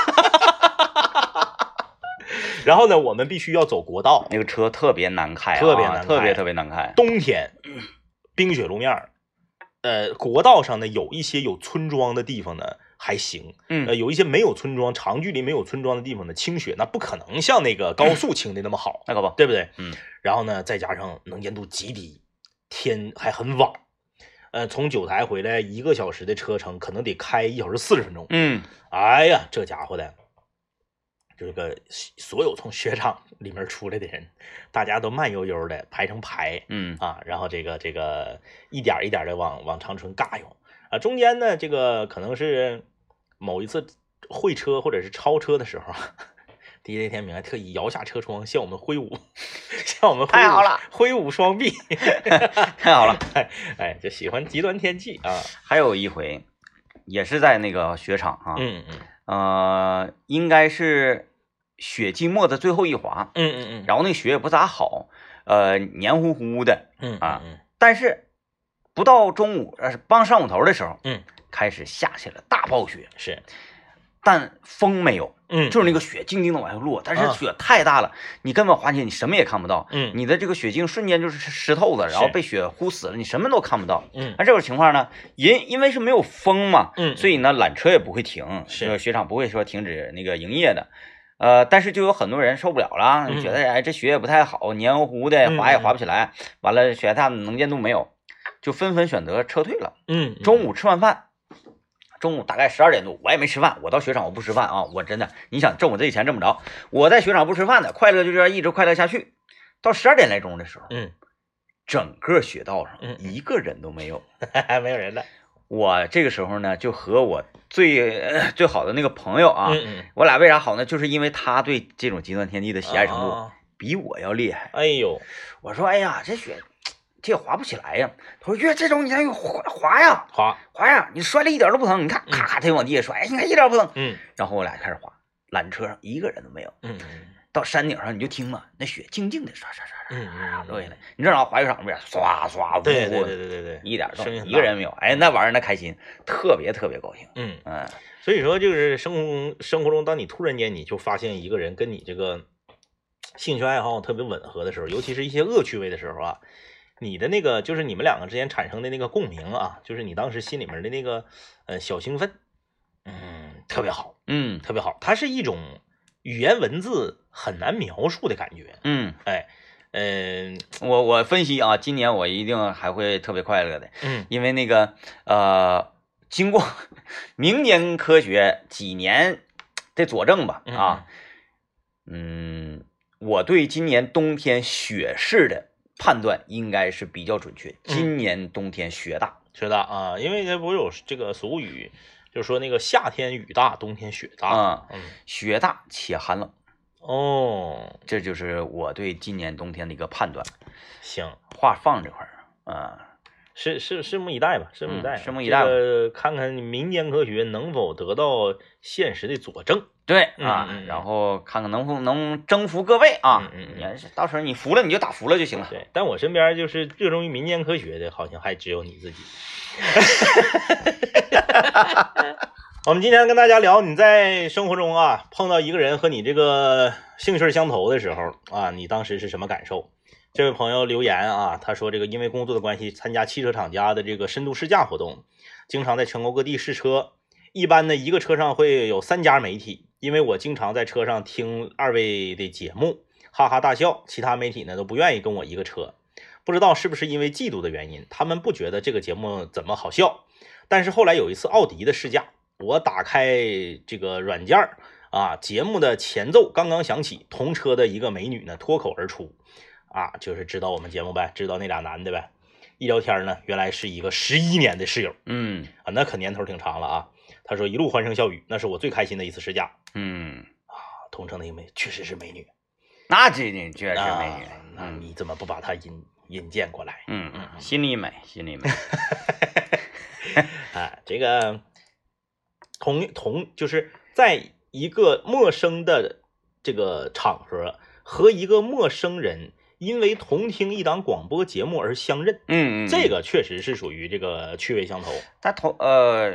Speaker 2: <laughs> 然后呢，我们必须要走国道，
Speaker 1: 那个车特别难开啊，
Speaker 2: 特别难开
Speaker 1: 特别特别难开。
Speaker 2: 冬天冰雪路面儿，呃，国道上呢有一些有村庄的地方呢还行，呃，
Speaker 1: 嗯
Speaker 2: 有一些没有村庄、长距离没有村庄的地方呢，清雪那不可能像那个高速清的那么好，
Speaker 1: 那可不，
Speaker 2: 对不对？
Speaker 1: 嗯。
Speaker 2: 然后呢，再加上能见度极低，天还很晚，呃，从九台回来一个小时的车程，可能得开一小时四十分钟。
Speaker 1: 嗯
Speaker 2: 哎呀，这家伙的，这个所有从雪场里面出来的人，大家都慢悠悠的排成排
Speaker 1: 嗯
Speaker 2: 啊，然后这个这个一点儿一点的往往长春尬悠啊，中间呢，这个可能是某一次会车或者是超车的时候。DJ 天明还特意摇下车窗向我们挥舞， <laughs> 向我们挥舞
Speaker 1: 太好了，
Speaker 2: 挥舞双臂。 <laughs>
Speaker 1: 太好了。
Speaker 2: 哎，就喜欢极端天气啊。
Speaker 1: 还有一回，也是在那个雪场啊，
Speaker 2: 嗯嗯
Speaker 1: 呃，应该是雪季末的最后一滑，
Speaker 2: 嗯嗯嗯，
Speaker 1: 然后那雪也不咋好，呃，黏糊糊的，
Speaker 2: 嗯
Speaker 1: 啊
Speaker 2: 嗯
Speaker 1: 但是不到中午，呃，帮上午头的时候，
Speaker 2: 嗯，
Speaker 1: 开始下起了大暴雪，
Speaker 2: 是，
Speaker 1: 但风没有，
Speaker 2: 嗯
Speaker 1: 就是那个雪静静的往下落，但
Speaker 2: 啊
Speaker 1: 是雪太大了，你根本滑进去你什么也看不到，
Speaker 2: 嗯
Speaker 1: 你的这个雪镜瞬间就是湿透了，然后
Speaker 2: 是
Speaker 1: 被雪糊死了，你什么都看不到。
Speaker 2: 嗯
Speaker 1: 那这种情况呢，因因为是没有风嘛，
Speaker 2: 嗯
Speaker 1: 所以呢，缆车也不会停，
Speaker 2: 是
Speaker 1: 这个雪场不会说停止那个营业的。呃，但是就有很多人受不了了，
Speaker 2: 嗯
Speaker 1: 觉得哎这学也不太好，黏糊糊的，滑也
Speaker 2: 嗯嗯
Speaker 1: 滑不起来，完了学探能见度没有，就纷纷选择撤退了。
Speaker 2: 嗯，
Speaker 1: 中午吃完饭，中午大概十二点多，我也没吃饭，我到雪场我不吃饭啊，我真的，你想挣我这钱挣不着，我在雪场不吃饭的，快乐就这样一直快乐下去，到十二点来钟的时候，
Speaker 2: 嗯，
Speaker 1: 整个雪道上
Speaker 2: 嗯
Speaker 1: 一个人都没有。
Speaker 2: <laughs> 没有人了。
Speaker 1: 我这个时候呢，就和我最、呃最好的那个朋友啊，
Speaker 2: 嗯嗯，
Speaker 1: 我俩为啥好呢？就是因为他对这种极端天气的喜爱程度、
Speaker 2: 啊
Speaker 1: 比我要厉害。
Speaker 2: 哎呦，
Speaker 1: 我说，哎呀，这雪这也滑不起来呀。他说，越这种你还有滑滑呀，
Speaker 2: 滑，
Speaker 1: 滑呀，你摔了一点都不疼。你看，
Speaker 2: 嗯
Speaker 1: 咔咔，他就往地下摔，哎，你看一点不疼。
Speaker 2: 嗯
Speaker 1: 然后我俩开始滑，缆车上一个人都没有。
Speaker 2: 嗯嗯
Speaker 1: 到山顶上你就听嘛，那雪静静的刷刷刷刷
Speaker 2: 嗯嗯，
Speaker 1: 落下来，你正好滑雪场那边唰唰，
Speaker 2: 对
Speaker 1: 呜
Speaker 2: 对
Speaker 1: 呜
Speaker 2: 对对对对，
Speaker 1: 一点动
Speaker 2: 声音，很
Speaker 1: 一个
Speaker 2: 大
Speaker 1: 人没有。哎，那玩意儿那开心，特别特别高兴。
Speaker 2: 嗯，
Speaker 1: 嗯，
Speaker 2: 所以说就是生活中生活中，当你突然间你就发现一个人跟你这个兴趣爱好特别吻合的时候，尤其是一些恶趣味的时候啊，你的那个就是你们两个之间产生的那个共鸣啊，就是你当时心里面的那个呃小兴奋，嗯，特别好，
Speaker 1: 嗯
Speaker 2: 特别好，它是一种语言文字很难描述的感觉，
Speaker 1: 嗯，
Speaker 2: 哎，嗯
Speaker 1: 我我分析啊，今年我一定还会特别快乐的，
Speaker 2: 嗯
Speaker 1: 因为那个呃，经过明年科学几年的佐证吧，
Speaker 2: 嗯
Speaker 1: 啊，嗯，我对今年冬天雪势的判断应该是比较准确。今年冬天雪大，
Speaker 2: 雪大啊，因为这不是有这个俗语，就是说那个夏天雨大，冬天雪大。
Speaker 1: 啊
Speaker 2: 嗯，
Speaker 1: 雪大且寒冷，
Speaker 2: 哦，
Speaker 1: 这就是我对今年冬天的一个判断。
Speaker 2: 行，
Speaker 1: 话放这块儿啊，
Speaker 2: 是是拭目以待吧，拭目以待啊，
Speaker 1: 嗯拭目以待吧
Speaker 2: 这个看看民间科学能否得到现实的佐证。
Speaker 1: 对
Speaker 2: 嗯
Speaker 1: 啊，
Speaker 2: 嗯嗯
Speaker 1: 然后看看能不能征服各位啊
Speaker 2: 嗯。嗯嗯
Speaker 1: 你要是到时候你服了，你就打服了就行了。
Speaker 2: 对，但我身边就是热衷于民间科学的，好像还只有你自己。我们今天跟大家聊，你在生活中啊碰到一个人和你这个兴趣相投的时候啊，你当时是什么感受？这位朋友留言啊，他说这个因为工作的关系，参加汽车厂家的这个深度试驾活动，经常在全国各地试车。一般呢，一个车上会有三家媒体，因为我经常在车上听二位的节目，哈哈大笑。其他媒体呢都不愿意跟我一个车，不知道是不是因为嫉妒的原因，他们不觉得这个节目怎么好笑。但是后来有一次奥迪的试驾，我打开这个软件儿啊，节目的前奏刚刚响起，同车的一个美女呢脱口而出，啊，就是知道我们节目呗，知道那俩男的呗。一聊天呢，原来是一个十一年的室友。
Speaker 1: 嗯
Speaker 2: 啊，那可年头挺长了啊。他说一路欢声笑语，那是我最开心的一次试驾。
Speaker 1: 嗯，
Speaker 2: 啊同城的一个美确实是美女，
Speaker 1: 那这你确实美
Speaker 2: 那
Speaker 1: 女。
Speaker 2: 那
Speaker 1: 嗯
Speaker 2: 啊你怎么不把她引引荐过来？
Speaker 1: 嗯嗯，心里美，心里
Speaker 2: <laughs>
Speaker 1: 美。
Speaker 2: 啊，这个同同就是在一个陌生的这个场合和一个陌生人因为同听一档广播节目而相认，
Speaker 1: 嗯嗯，
Speaker 2: 这
Speaker 1: 个。
Speaker 2: 个确实是属于这个趣味相投。
Speaker 1: 他同呃，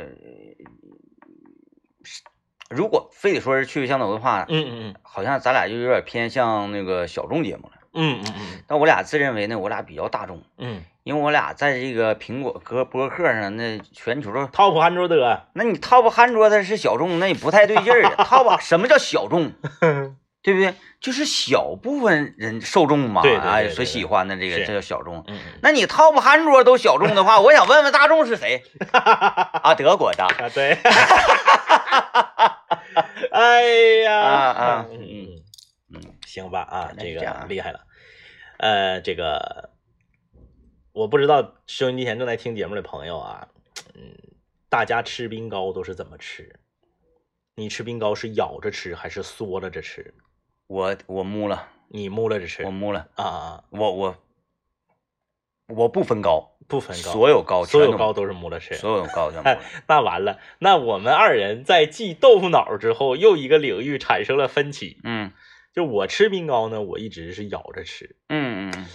Speaker 1: 如果非得说是趣味相投的话，
Speaker 2: 嗯嗯
Speaker 1: 好像咱俩就有点偏向那个小众节目了。
Speaker 2: 嗯嗯嗯
Speaker 1: 但我俩自认为呢，我俩比较大众，
Speaker 2: 嗯
Speaker 1: 因为我俩在这个苹果和博客上，那全球都，
Speaker 2: ，Top 安卓德，
Speaker 1: 那你 top 憨桌它是小众，那也不太对劲儿
Speaker 2: <laughs>
Speaker 1: 啊。top 什么叫小众？对不对？就是小部分人受众嘛，
Speaker 2: 对对对
Speaker 1: 哎
Speaker 2: 对
Speaker 1: 所
Speaker 2: 对
Speaker 1: 喜欢的这个
Speaker 2: 是
Speaker 1: 这叫小众。
Speaker 2: 嗯嗯
Speaker 1: 那你 top 憨桌都小众的
Speaker 2: <laughs>
Speaker 1: 话，我想问问大众是谁啊？德国的。
Speaker 2: 啊，对， <laughs> 哎呀，
Speaker 1: 啊啊
Speaker 2: 嗯嗯
Speaker 1: 嗯
Speaker 2: 嗯，行吧啊，
Speaker 1: 那
Speaker 2: 这
Speaker 1: 就这样
Speaker 2: 个
Speaker 1: 啊
Speaker 2: 厉害了，呃，这个我不知道收音机前正在听节目的朋友啊，嗯，大家吃冰糕都是怎么吃？你吃冰糕是咬着吃还是嗦拉着吃？
Speaker 1: 我我木了，
Speaker 2: 你摸拉着吃
Speaker 1: 我
Speaker 2: 啊
Speaker 1: 木了，
Speaker 2: 啊，啊
Speaker 1: 我我我不分高，
Speaker 2: 不分糕，
Speaker 1: 所有高
Speaker 2: 所
Speaker 1: 全
Speaker 2: 有
Speaker 1: 都
Speaker 2: 糕都是摸拉吃。
Speaker 1: 所有高全部
Speaker 2: <laughs>
Speaker 1: 了。
Speaker 2: 那完了，那我们二人在继豆腐脑之后，又一个领域产生了分歧。
Speaker 1: 嗯
Speaker 2: 就我吃冰糕呢，我一直是咬着吃，
Speaker 1: 嗯嗯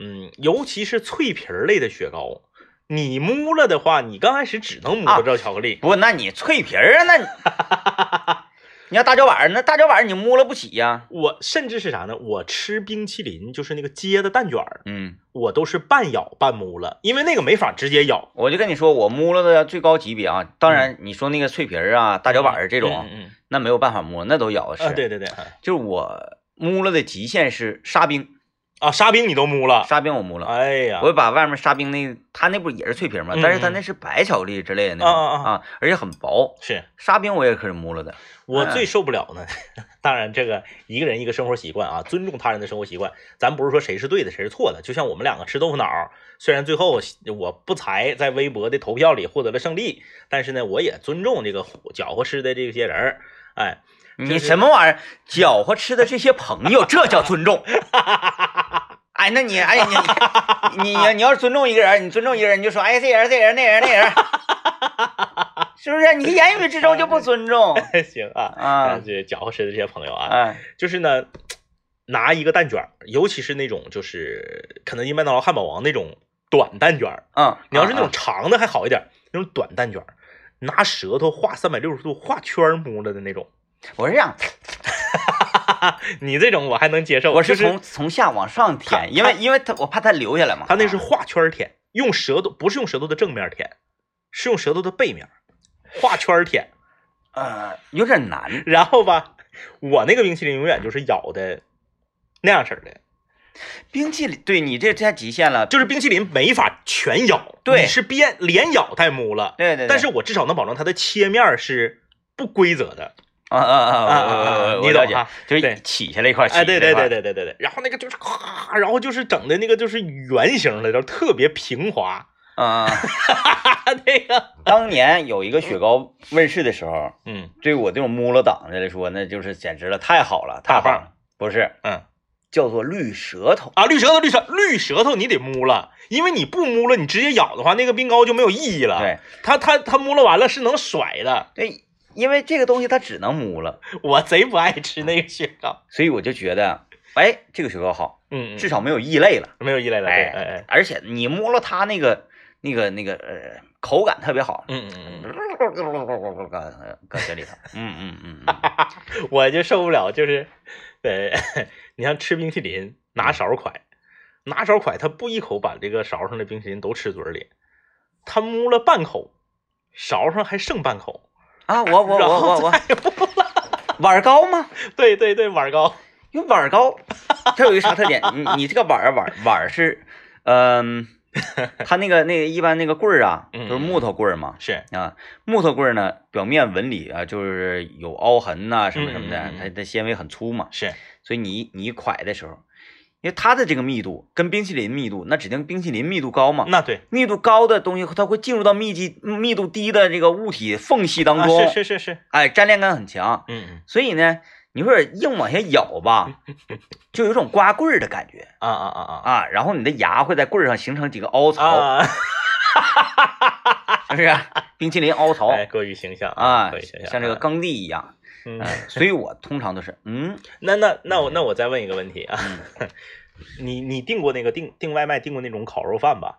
Speaker 2: 嗯，尤其是脆皮儿类的雪糕，你摸了的话，你刚开始只能摸
Speaker 1: 啊
Speaker 2: 着巧克力， <laughs>
Speaker 1: 不，那你脆皮儿啊？那你你要大脚板儿，那大脚板儿你摸了不起呀、
Speaker 2: 我甚至是啥呢？我吃冰淇淋，就是那个街的蛋卷儿，
Speaker 1: 嗯，
Speaker 2: 我都是半咬半摸了，因为那个没法直接咬。
Speaker 1: 我就跟你说，我摸了的最高级别啊，当然你说那个脆皮儿啊、大脚板儿这种，
Speaker 2: 嗯嗯嗯
Speaker 1: 那没有办法摸，那都咬
Speaker 2: 嗯
Speaker 1: 着
Speaker 2: 啊，
Speaker 1: 吃。
Speaker 2: 对对对，啊
Speaker 1: 就是我摸了的极限是沙冰，
Speaker 2: 啊，沙冰你都摸了，
Speaker 1: 沙冰我摸了，
Speaker 2: 哎呀，
Speaker 1: 我把外面沙冰那它那不也是脆皮儿吗？
Speaker 2: 嗯
Speaker 1: 但是它那是白巧克力之类的那种
Speaker 2: 啊啊啊
Speaker 1: 啊，而且很薄。
Speaker 2: 是
Speaker 1: 沙冰我也可是摸了的，
Speaker 2: 我
Speaker 1: 嗯
Speaker 2: 最受不了呢。当然，这个一个人一个生活习惯啊，尊重他人的生活习惯，咱不是说谁是对的，谁是错的。就像我们两个吃豆腐脑儿，虽然最后我不才在微博的投票里获得了胜利，但是呢，我也尊重这个搅和吃的这些人儿。哎， <laughs>
Speaker 1: 你什么玩意儿搅和吃的这些朋友，这叫尊重。 <laughs> 哎，那你哎你你你你要是尊重一个人，你尊重一个人，你就说哎这人这人那人那人，
Speaker 2: <laughs>
Speaker 1: 是不是？你言语之中就不尊重
Speaker 2: 行啊，
Speaker 1: 啊
Speaker 2: 感谢搅和吃的这些朋友啊，
Speaker 1: 啊
Speaker 2: 就是呢，拿一个蛋卷儿，尤其是那种就是肯德基、麦当劳、汉堡王那种短蛋卷儿，
Speaker 1: 嗯！
Speaker 2: 你要是那种
Speaker 1: 嗯
Speaker 2: 长的还好一点，那种短蛋卷儿，拿舌头画三百六十度画圈儿摸了的那种，
Speaker 1: 嗯我是这样，
Speaker 2: 你这种我还能接受。
Speaker 1: 我是
Speaker 2: 就是
Speaker 1: 从从下往上
Speaker 2: 他
Speaker 1: 舔，因为因为他我怕它流下来嘛。
Speaker 2: 他那是画圈儿舔，用舌头不是用舌头的正面舔，是用舌头的背面画圈儿舔。
Speaker 1: 呃有点难，
Speaker 2: 然后吧，我那个冰淇淋永远就是咬的那样式儿的，
Speaker 1: 冰淇淋对你这太极限了。
Speaker 2: 就是冰淇淋没法全咬，
Speaker 1: 对
Speaker 2: 你是边连咬带摸了。
Speaker 1: 对对对，
Speaker 2: 但是我至少能保证它的切面儿是不规则的。
Speaker 1: 啊啊啊
Speaker 2: 啊啊啊
Speaker 1: 啊！我我
Speaker 2: 你
Speaker 1: 我了
Speaker 2: 懂
Speaker 1: 解
Speaker 2: 啊，
Speaker 1: 就是
Speaker 2: 对
Speaker 1: 起下来一块儿，
Speaker 2: 哎，
Speaker 1: 起
Speaker 2: 对
Speaker 1: 下来一
Speaker 2: 对
Speaker 1: 块
Speaker 2: 对
Speaker 1: 儿，
Speaker 2: 对对对对，然后那个就是咔，然后就是整的那个就是圆形的，然后特别平滑，
Speaker 1: 啊。啊
Speaker 2: 哈哈，那个，
Speaker 1: 当年有一个雪糕问世的时候，
Speaker 2: 嗯
Speaker 1: 对我这种摸了党的来说，那就是简直了，太好了，太
Speaker 2: 大
Speaker 1: 好
Speaker 2: 棒
Speaker 1: 了。不是，
Speaker 2: 嗯
Speaker 1: 叫做绿舌头。
Speaker 2: 啊，绿舌头绿舌绿舌头你得摸了，因为你不摸了，你直接咬的话，那个冰糕就没有意义了。，
Speaker 1: 对
Speaker 2: 它它它摸了完了是能甩的，
Speaker 1: 对，因为这个东西它只能摸了，
Speaker 2: 我贼不爱吃那个雪糕。
Speaker 1: 所以我就觉得，哎，这个雪糕好，
Speaker 2: 嗯，
Speaker 1: 至少没有异类了。
Speaker 2: 没有依赖了。对
Speaker 1: 哎
Speaker 2: 哎哎，
Speaker 1: 而且你摸了它那个那个那个呃口感特别好。
Speaker 2: 嗯嗯嗯
Speaker 1: 搁搁嘴里头，嗯嗯嗯嗯，
Speaker 2: 嗯， <laughs> 我就受不了，就是，呃， <laughs> 你像吃冰淇淋拿勺蒯，拿勺蒯他不一口把这个勺上的冰淇淋都吃嘴里，他摸了半口，勺上还剩半口， <laughs>
Speaker 1: 啊，我我
Speaker 2: 然
Speaker 1: 我
Speaker 2: 后
Speaker 1: 我我
Speaker 2: 再摸了。
Speaker 1: 碗儿高吗？
Speaker 2: 对对对，碗糕。
Speaker 1: 因为碗儿高，它有一个啥特点？你你这个碗儿碗儿碗儿是，嗯、它那个那个一般那个棍儿啊，
Speaker 2: 嗯
Speaker 1: 就是木头棍儿嘛。
Speaker 2: 是，
Speaker 1: 啊，木头棍儿呢，表面纹理啊，就是有凹痕呐、什么什么的，
Speaker 2: 嗯嗯嗯嗯
Speaker 1: 它的纤维很粗嘛，
Speaker 2: 是，
Speaker 1: 所以你一你一蒯的时候，因为它的这个密度跟冰淇淋密度，那指定冰淇淋密度高嘛，
Speaker 2: 那对
Speaker 1: 密度高的东西它会进入到密集密度低的这个物体缝隙当
Speaker 2: 啊，
Speaker 1: 中，
Speaker 2: 是是是是，
Speaker 1: 哎，粘连感很强，
Speaker 2: 嗯嗯
Speaker 1: 所以呢，你说硬往下咬
Speaker 2: <laughs>
Speaker 1: 吧，就有种刮棍儿的感觉
Speaker 2: 啊啊啊
Speaker 1: 啊。然后你的牙会在棍儿上形成几个凹
Speaker 2: 啊
Speaker 1: 槽，
Speaker 2: 啊！
Speaker 1: 是不是？冰淇淋凹槽
Speaker 2: 哎，过于形象
Speaker 1: 啊
Speaker 2: 过于形，象。
Speaker 1: 像这个耕地一
Speaker 2: <laughs>
Speaker 1: 样。
Speaker 2: 嗯，
Speaker 1: 哎所以我通常都是，嗯，
Speaker 2: 那那那我那我再问一个问题啊， <laughs> 你你订过那个订订外卖订过那种烤肉饭吧？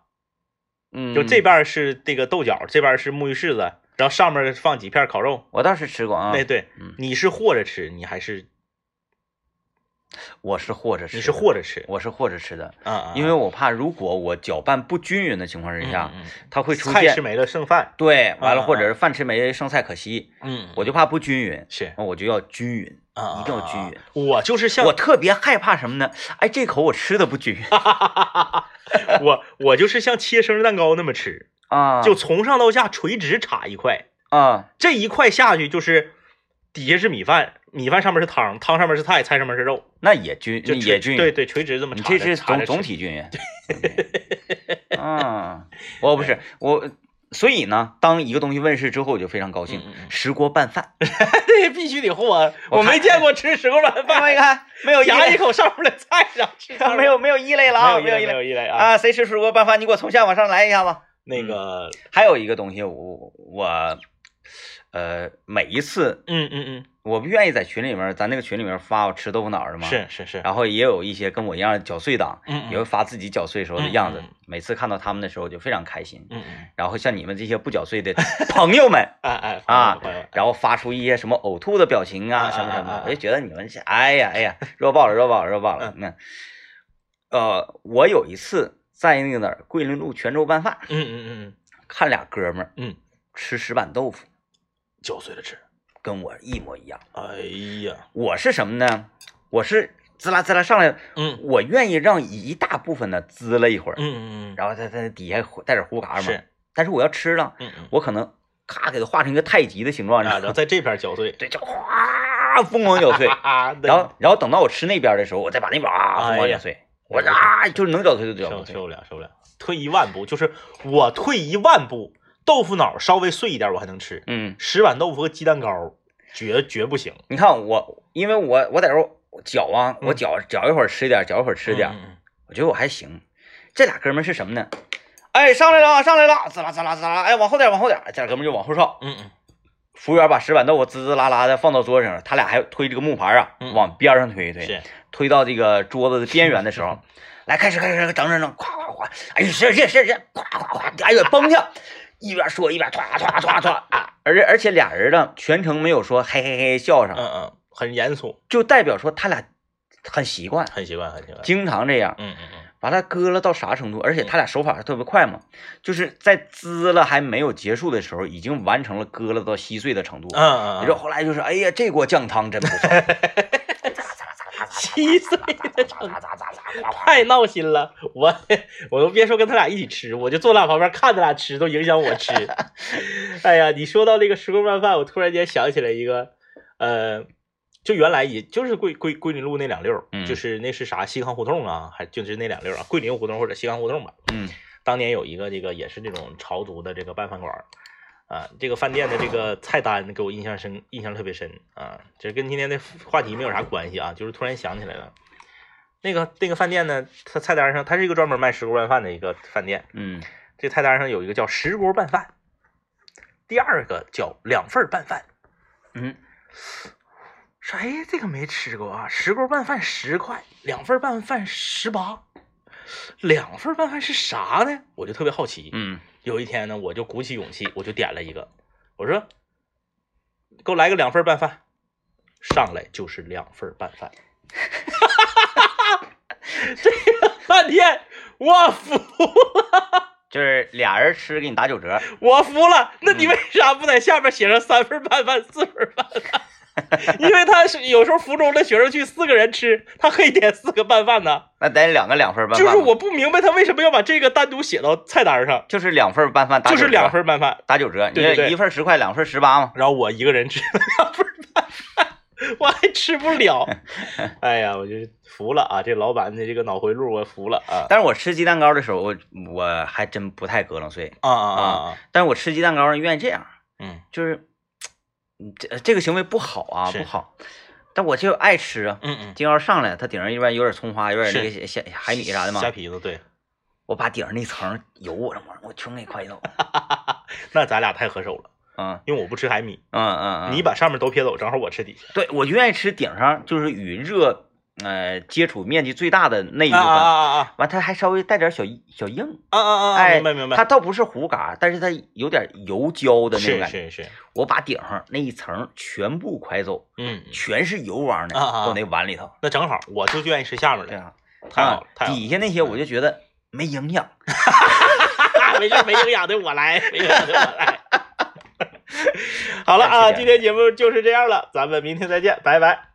Speaker 1: 嗯，
Speaker 2: 就这，边儿是这个豆角，这边儿是沐浴柿子，然后上面放几片烤肉。
Speaker 1: 我倒是吃过啊
Speaker 2: 那，对
Speaker 1: 嗯，
Speaker 2: 你是和着吃，你还是
Speaker 1: 我是和着吃，
Speaker 2: 你是，和着吃
Speaker 1: 我是和着吃的，
Speaker 2: 啊啊？
Speaker 1: 因为我怕如果我搅拌不均匀的情况之
Speaker 2: 嗯
Speaker 1: 下，
Speaker 2: 嗯嗯
Speaker 1: 它会出
Speaker 2: 菜吃
Speaker 1: 现。
Speaker 2: 没了剩饭，
Speaker 1: 对，完了
Speaker 2: 啊啊
Speaker 1: 或者是饭吃没剩菜可惜，
Speaker 2: 嗯
Speaker 1: 我就怕不均匀，
Speaker 2: 是
Speaker 1: 我就要均匀。
Speaker 2: 啊，
Speaker 1: 一定要均匀
Speaker 2: 啊。啊我就是像
Speaker 1: 我特别害怕什么呢？哎，这口我吃的不均匀
Speaker 2: 啊我我就是像切生日蛋糕那么吃，
Speaker 1: 啊，
Speaker 2: 就从上到下垂直插一块，
Speaker 1: 啊，
Speaker 2: 这一块下去就是底下是米饭，米饭上面是汤，汤上面是菜，菜上面是肉，
Speaker 1: 那也均
Speaker 2: 就
Speaker 1: 也
Speaker 2: 垂
Speaker 1: 均
Speaker 2: 对
Speaker 1: 匀，
Speaker 2: 对，垂直这么
Speaker 1: 你
Speaker 2: 插
Speaker 1: 这
Speaker 2: 着。
Speaker 1: 是
Speaker 2: 插
Speaker 1: 总
Speaker 2: 着
Speaker 1: 总
Speaker 2: 吃
Speaker 1: 体均匀。啊，我不是我，所以呢，当一个东西问世之后，我就非常高兴
Speaker 2: 嗯嗯，嗯 <laughs>
Speaker 1: 石锅拌饭，
Speaker 2: 对，必须得和。
Speaker 1: 我
Speaker 2: 我没见过吃石锅拌
Speaker 1: 看
Speaker 2: 饭，
Speaker 1: 没看？，Oh 没
Speaker 2: <laughs>
Speaker 1: 有异
Speaker 2: 夹一
Speaker 1: 类，
Speaker 2: 口上面的菜，然后 <laughs> 吃上面
Speaker 1: 没有没有异类了啊，
Speaker 2: 没有
Speaker 1: 异
Speaker 2: 一类没有一类啊。嗯
Speaker 1: 啊，谁吃石锅拌饭？你给我从下往上来一下子。
Speaker 2: 那个
Speaker 1: 还有一个东西，我我呃，每一次
Speaker 2: 嗯嗯
Speaker 1: 我不愿意在群里面，咱那个群里面发我吃豆腐脑儿的
Speaker 2: 嗯，
Speaker 1: 嘛，，
Speaker 2: 是是是，
Speaker 1: 然后也有一些跟我一样嚼碎党，
Speaker 2: 嗯
Speaker 1: 也会发自己嚼碎时候的样子。
Speaker 2: 嗯嗯
Speaker 1: 每次看到他们的时候，我就非常开心。
Speaker 2: 嗯嗯，
Speaker 1: 然后像你们这些不嚼碎的朋友们，
Speaker 2: 哎哎
Speaker 1: 啊
Speaker 2: 朋友们
Speaker 1: 然后发出一些什么呕吐的表情
Speaker 2: 啊
Speaker 1: 啊，什么什
Speaker 2: 啊啊
Speaker 1: 么
Speaker 2: 啊，嗯
Speaker 1: 我就觉得你们是，哎呀哎呀，弱爆了，弱爆了，弱爆了。那，呃，我有一次在那个哪儿，桂林路泉州拌饭
Speaker 2: 嗯嗯嗯嗯，
Speaker 1: 看俩哥们儿，
Speaker 2: 嗯，
Speaker 1: 吃石板豆腐，
Speaker 2: 嚼碎了吃，
Speaker 1: 跟我一模一样。
Speaker 2: 哎呀，
Speaker 1: 我是什么呢？我是滋啦滋啦上来，
Speaker 2: 嗯
Speaker 1: 我愿意让一大部分的滋了一会儿，
Speaker 2: 嗯嗯嗯，
Speaker 1: 然后在在底下呼带点呼嘎嘛。
Speaker 2: 是，
Speaker 1: 但是我要吃了，
Speaker 2: 嗯嗯，
Speaker 1: 我可能咔给它画成一个太极的形状，你
Speaker 2: 啊，
Speaker 1: 知
Speaker 2: <laughs> 然
Speaker 1: 道
Speaker 2: 后
Speaker 1: 吗？
Speaker 2: 在这边嚼碎，
Speaker 1: 对，就哗疯狂搅碎。
Speaker 2: 啊， <laughs> 对
Speaker 1: 然后然后等到我吃那边的时候，我再把那边啊疯
Speaker 2: 哎
Speaker 1: 狂
Speaker 2: 呀
Speaker 1: 搅碎，我啊就是能搅碎就搅
Speaker 2: 受
Speaker 1: 碎。
Speaker 2: 受不了，受不了，退一万步，就是我退一万步，豆腐脑稍微碎一点我还能吃，
Speaker 1: 嗯，
Speaker 2: 石板豆腐和鸡蛋糕绝绝不行，
Speaker 1: 你看我，因为我我在这儿搅啊，
Speaker 2: 嗯
Speaker 1: 我搅搅一会儿吃点，搅一会儿吃点，
Speaker 2: 嗯，嗯
Speaker 1: 我觉得我还行。这俩哥们儿是什么呢？哎，上来了啊，上来了，滋啦滋啦滋啦，哎，往后点，往后点，这俩哥们儿就往后稍。
Speaker 2: 嗯嗯
Speaker 1: 服务员把石板豆腐滋滋啦啦的放到桌上，他俩还推这个木盘啊，
Speaker 2: 嗯
Speaker 1: 往边上推一推。
Speaker 2: 嗯，是，
Speaker 1: 推到这个桌子的边缘的时
Speaker 2: <laughs>
Speaker 1: 候，来开始开始整整整，咵咵咵，哎呀是是是是，咵咵咵，哎呀崩下，一边说一边唰唰唰唰啊，而且而且俩人呢全程没有说嘿嘿嘿笑
Speaker 2: 嗯
Speaker 1: 上，
Speaker 2: 嗯，很严肃，
Speaker 1: 就代表说他俩很习惯，
Speaker 2: 很习惯，很习惯，
Speaker 1: 经常这样，
Speaker 2: 嗯嗯嗯。
Speaker 1: 把他割了到啥程度？而且他俩手法是特别快嘛，就是在滋了还没有结束的时候，已经完成了割了到稀碎的程度。
Speaker 2: 嗯嗯，
Speaker 1: 你说后来就是，哎呀，这锅酱汤真不错。
Speaker 2: 稀碎的程度太闹心了，我我都别说跟他俩一起吃，我就坐他俩旁边看他俩吃，都影响
Speaker 1: <laughs>
Speaker 2: 我吃。哎呀，你说到这个石锅拌饭，我突然间想起来一个，呃，就原来也就是桂桂桂林路那两溜儿，
Speaker 1: 嗯
Speaker 2: 就是那是啥西康胡同啊，还就是那两溜儿啊，桂林胡同或者西康胡同吧。
Speaker 1: <laughs> 嗯
Speaker 2: 当年有一个这个也是这种朝族的这个拌饭馆儿，啊，这个饭店的这个菜单给我印象深，印象特别深啊。这跟今天的话题没有啥关系啊，就是突然想起来了。那个那个饭店呢，它菜单上它是一个专门卖石锅拌饭的一个饭店，
Speaker 1: 嗯
Speaker 2: 这菜单上有一个叫石锅拌饭，第二个叫两份儿拌饭。
Speaker 1: 嗯，
Speaker 2: 说哎，这个没吃过啊，石锅拌饭十块，两份儿拌饭十八，两份儿拌饭是啥呢？我就特别好奇。
Speaker 1: 嗯
Speaker 2: 有一天呢，我就鼓起勇气，我就点了一个，我说：“给我来个两份儿拌饭。”上来就是两份儿拌饭， <laughs> 这个饭店我服了，
Speaker 1: 就是俩人吃给你打九折，
Speaker 2: 我服了。那你为啥不在下面写上三份儿拌饭、四份儿拌饭？因为他是有时候福州的学生去四个人吃，他可以点四个拌饭呢。
Speaker 1: 那得两个两份儿拌饭
Speaker 2: 就
Speaker 1: 吧。
Speaker 2: 是我不明白他为什么要把这个单独写到菜单上，
Speaker 1: 就是两份儿拌饭打
Speaker 2: 就
Speaker 1: 九折，
Speaker 2: 是两份儿拌饭。
Speaker 1: 打九折，
Speaker 2: 对对对
Speaker 1: 你一份十块，两份十八嘛。
Speaker 2: 然后我一个人吃了 <laughs> 两份拌饭，我还吃不
Speaker 1: <laughs>
Speaker 2: 了。哎呀，我就是服了啊！这老板的这个脑回路，我服了啊！
Speaker 1: 但是我吃鸡蛋糕的时候，我我还真不太咯楞碎，
Speaker 2: 啊啊啊！
Speaker 1: 但是我吃鸡蛋糕呢愿意这样，
Speaker 2: 嗯
Speaker 1: 就是嗯这这个行为不好啊，
Speaker 2: 是
Speaker 1: 不好。但我就爱吃啊，
Speaker 2: 嗯嗯，
Speaker 1: 鸡蛋糕上来，它顶上一般有点葱花，有点那个虾虾海米啥的嘛
Speaker 2: 虾，皮子对，
Speaker 1: 我把顶上那层油我他妈我全给快 <laughs> 走。
Speaker 2: 那咱俩太合手了，
Speaker 1: 嗯
Speaker 2: 因为我不吃海米，
Speaker 1: 嗯嗯嗯，
Speaker 2: 你把上面都撇走，正好我吃底下。
Speaker 1: 对我就愿意吃顶上就是与热呃接触面积最大的那一部
Speaker 2: 啊
Speaker 1: 分。
Speaker 2: 啊啊
Speaker 1: 完，它还稍微带点小小硬，
Speaker 2: 啊啊啊！
Speaker 1: 哎，
Speaker 2: 明白明白，
Speaker 1: 它倒不是糊嘎，但是它有点油焦的那种
Speaker 2: 是
Speaker 1: 感觉。
Speaker 2: 是是，
Speaker 1: 我把顶上那一层全部蒯走，
Speaker 2: 嗯，
Speaker 1: 全是油汪的，
Speaker 2: 啊啊啊
Speaker 1: 到那碗里头。
Speaker 2: 那正好，我就愿意吃下面
Speaker 1: 对
Speaker 2: 的，
Speaker 1: 啊，
Speaker 2: 太好了
Speaker 1: 啊，
Speaker 2: 太好了
Speaker 1: 底下那些我就觉得没营养。
Speaker 2: 啊，没事，没营养的我来，没营养的我来。 <laughs>
Speaker 1: <laughs>
Speaker 2: 好了啊，今天节目就是这样了，咱们明天再见，拜拜。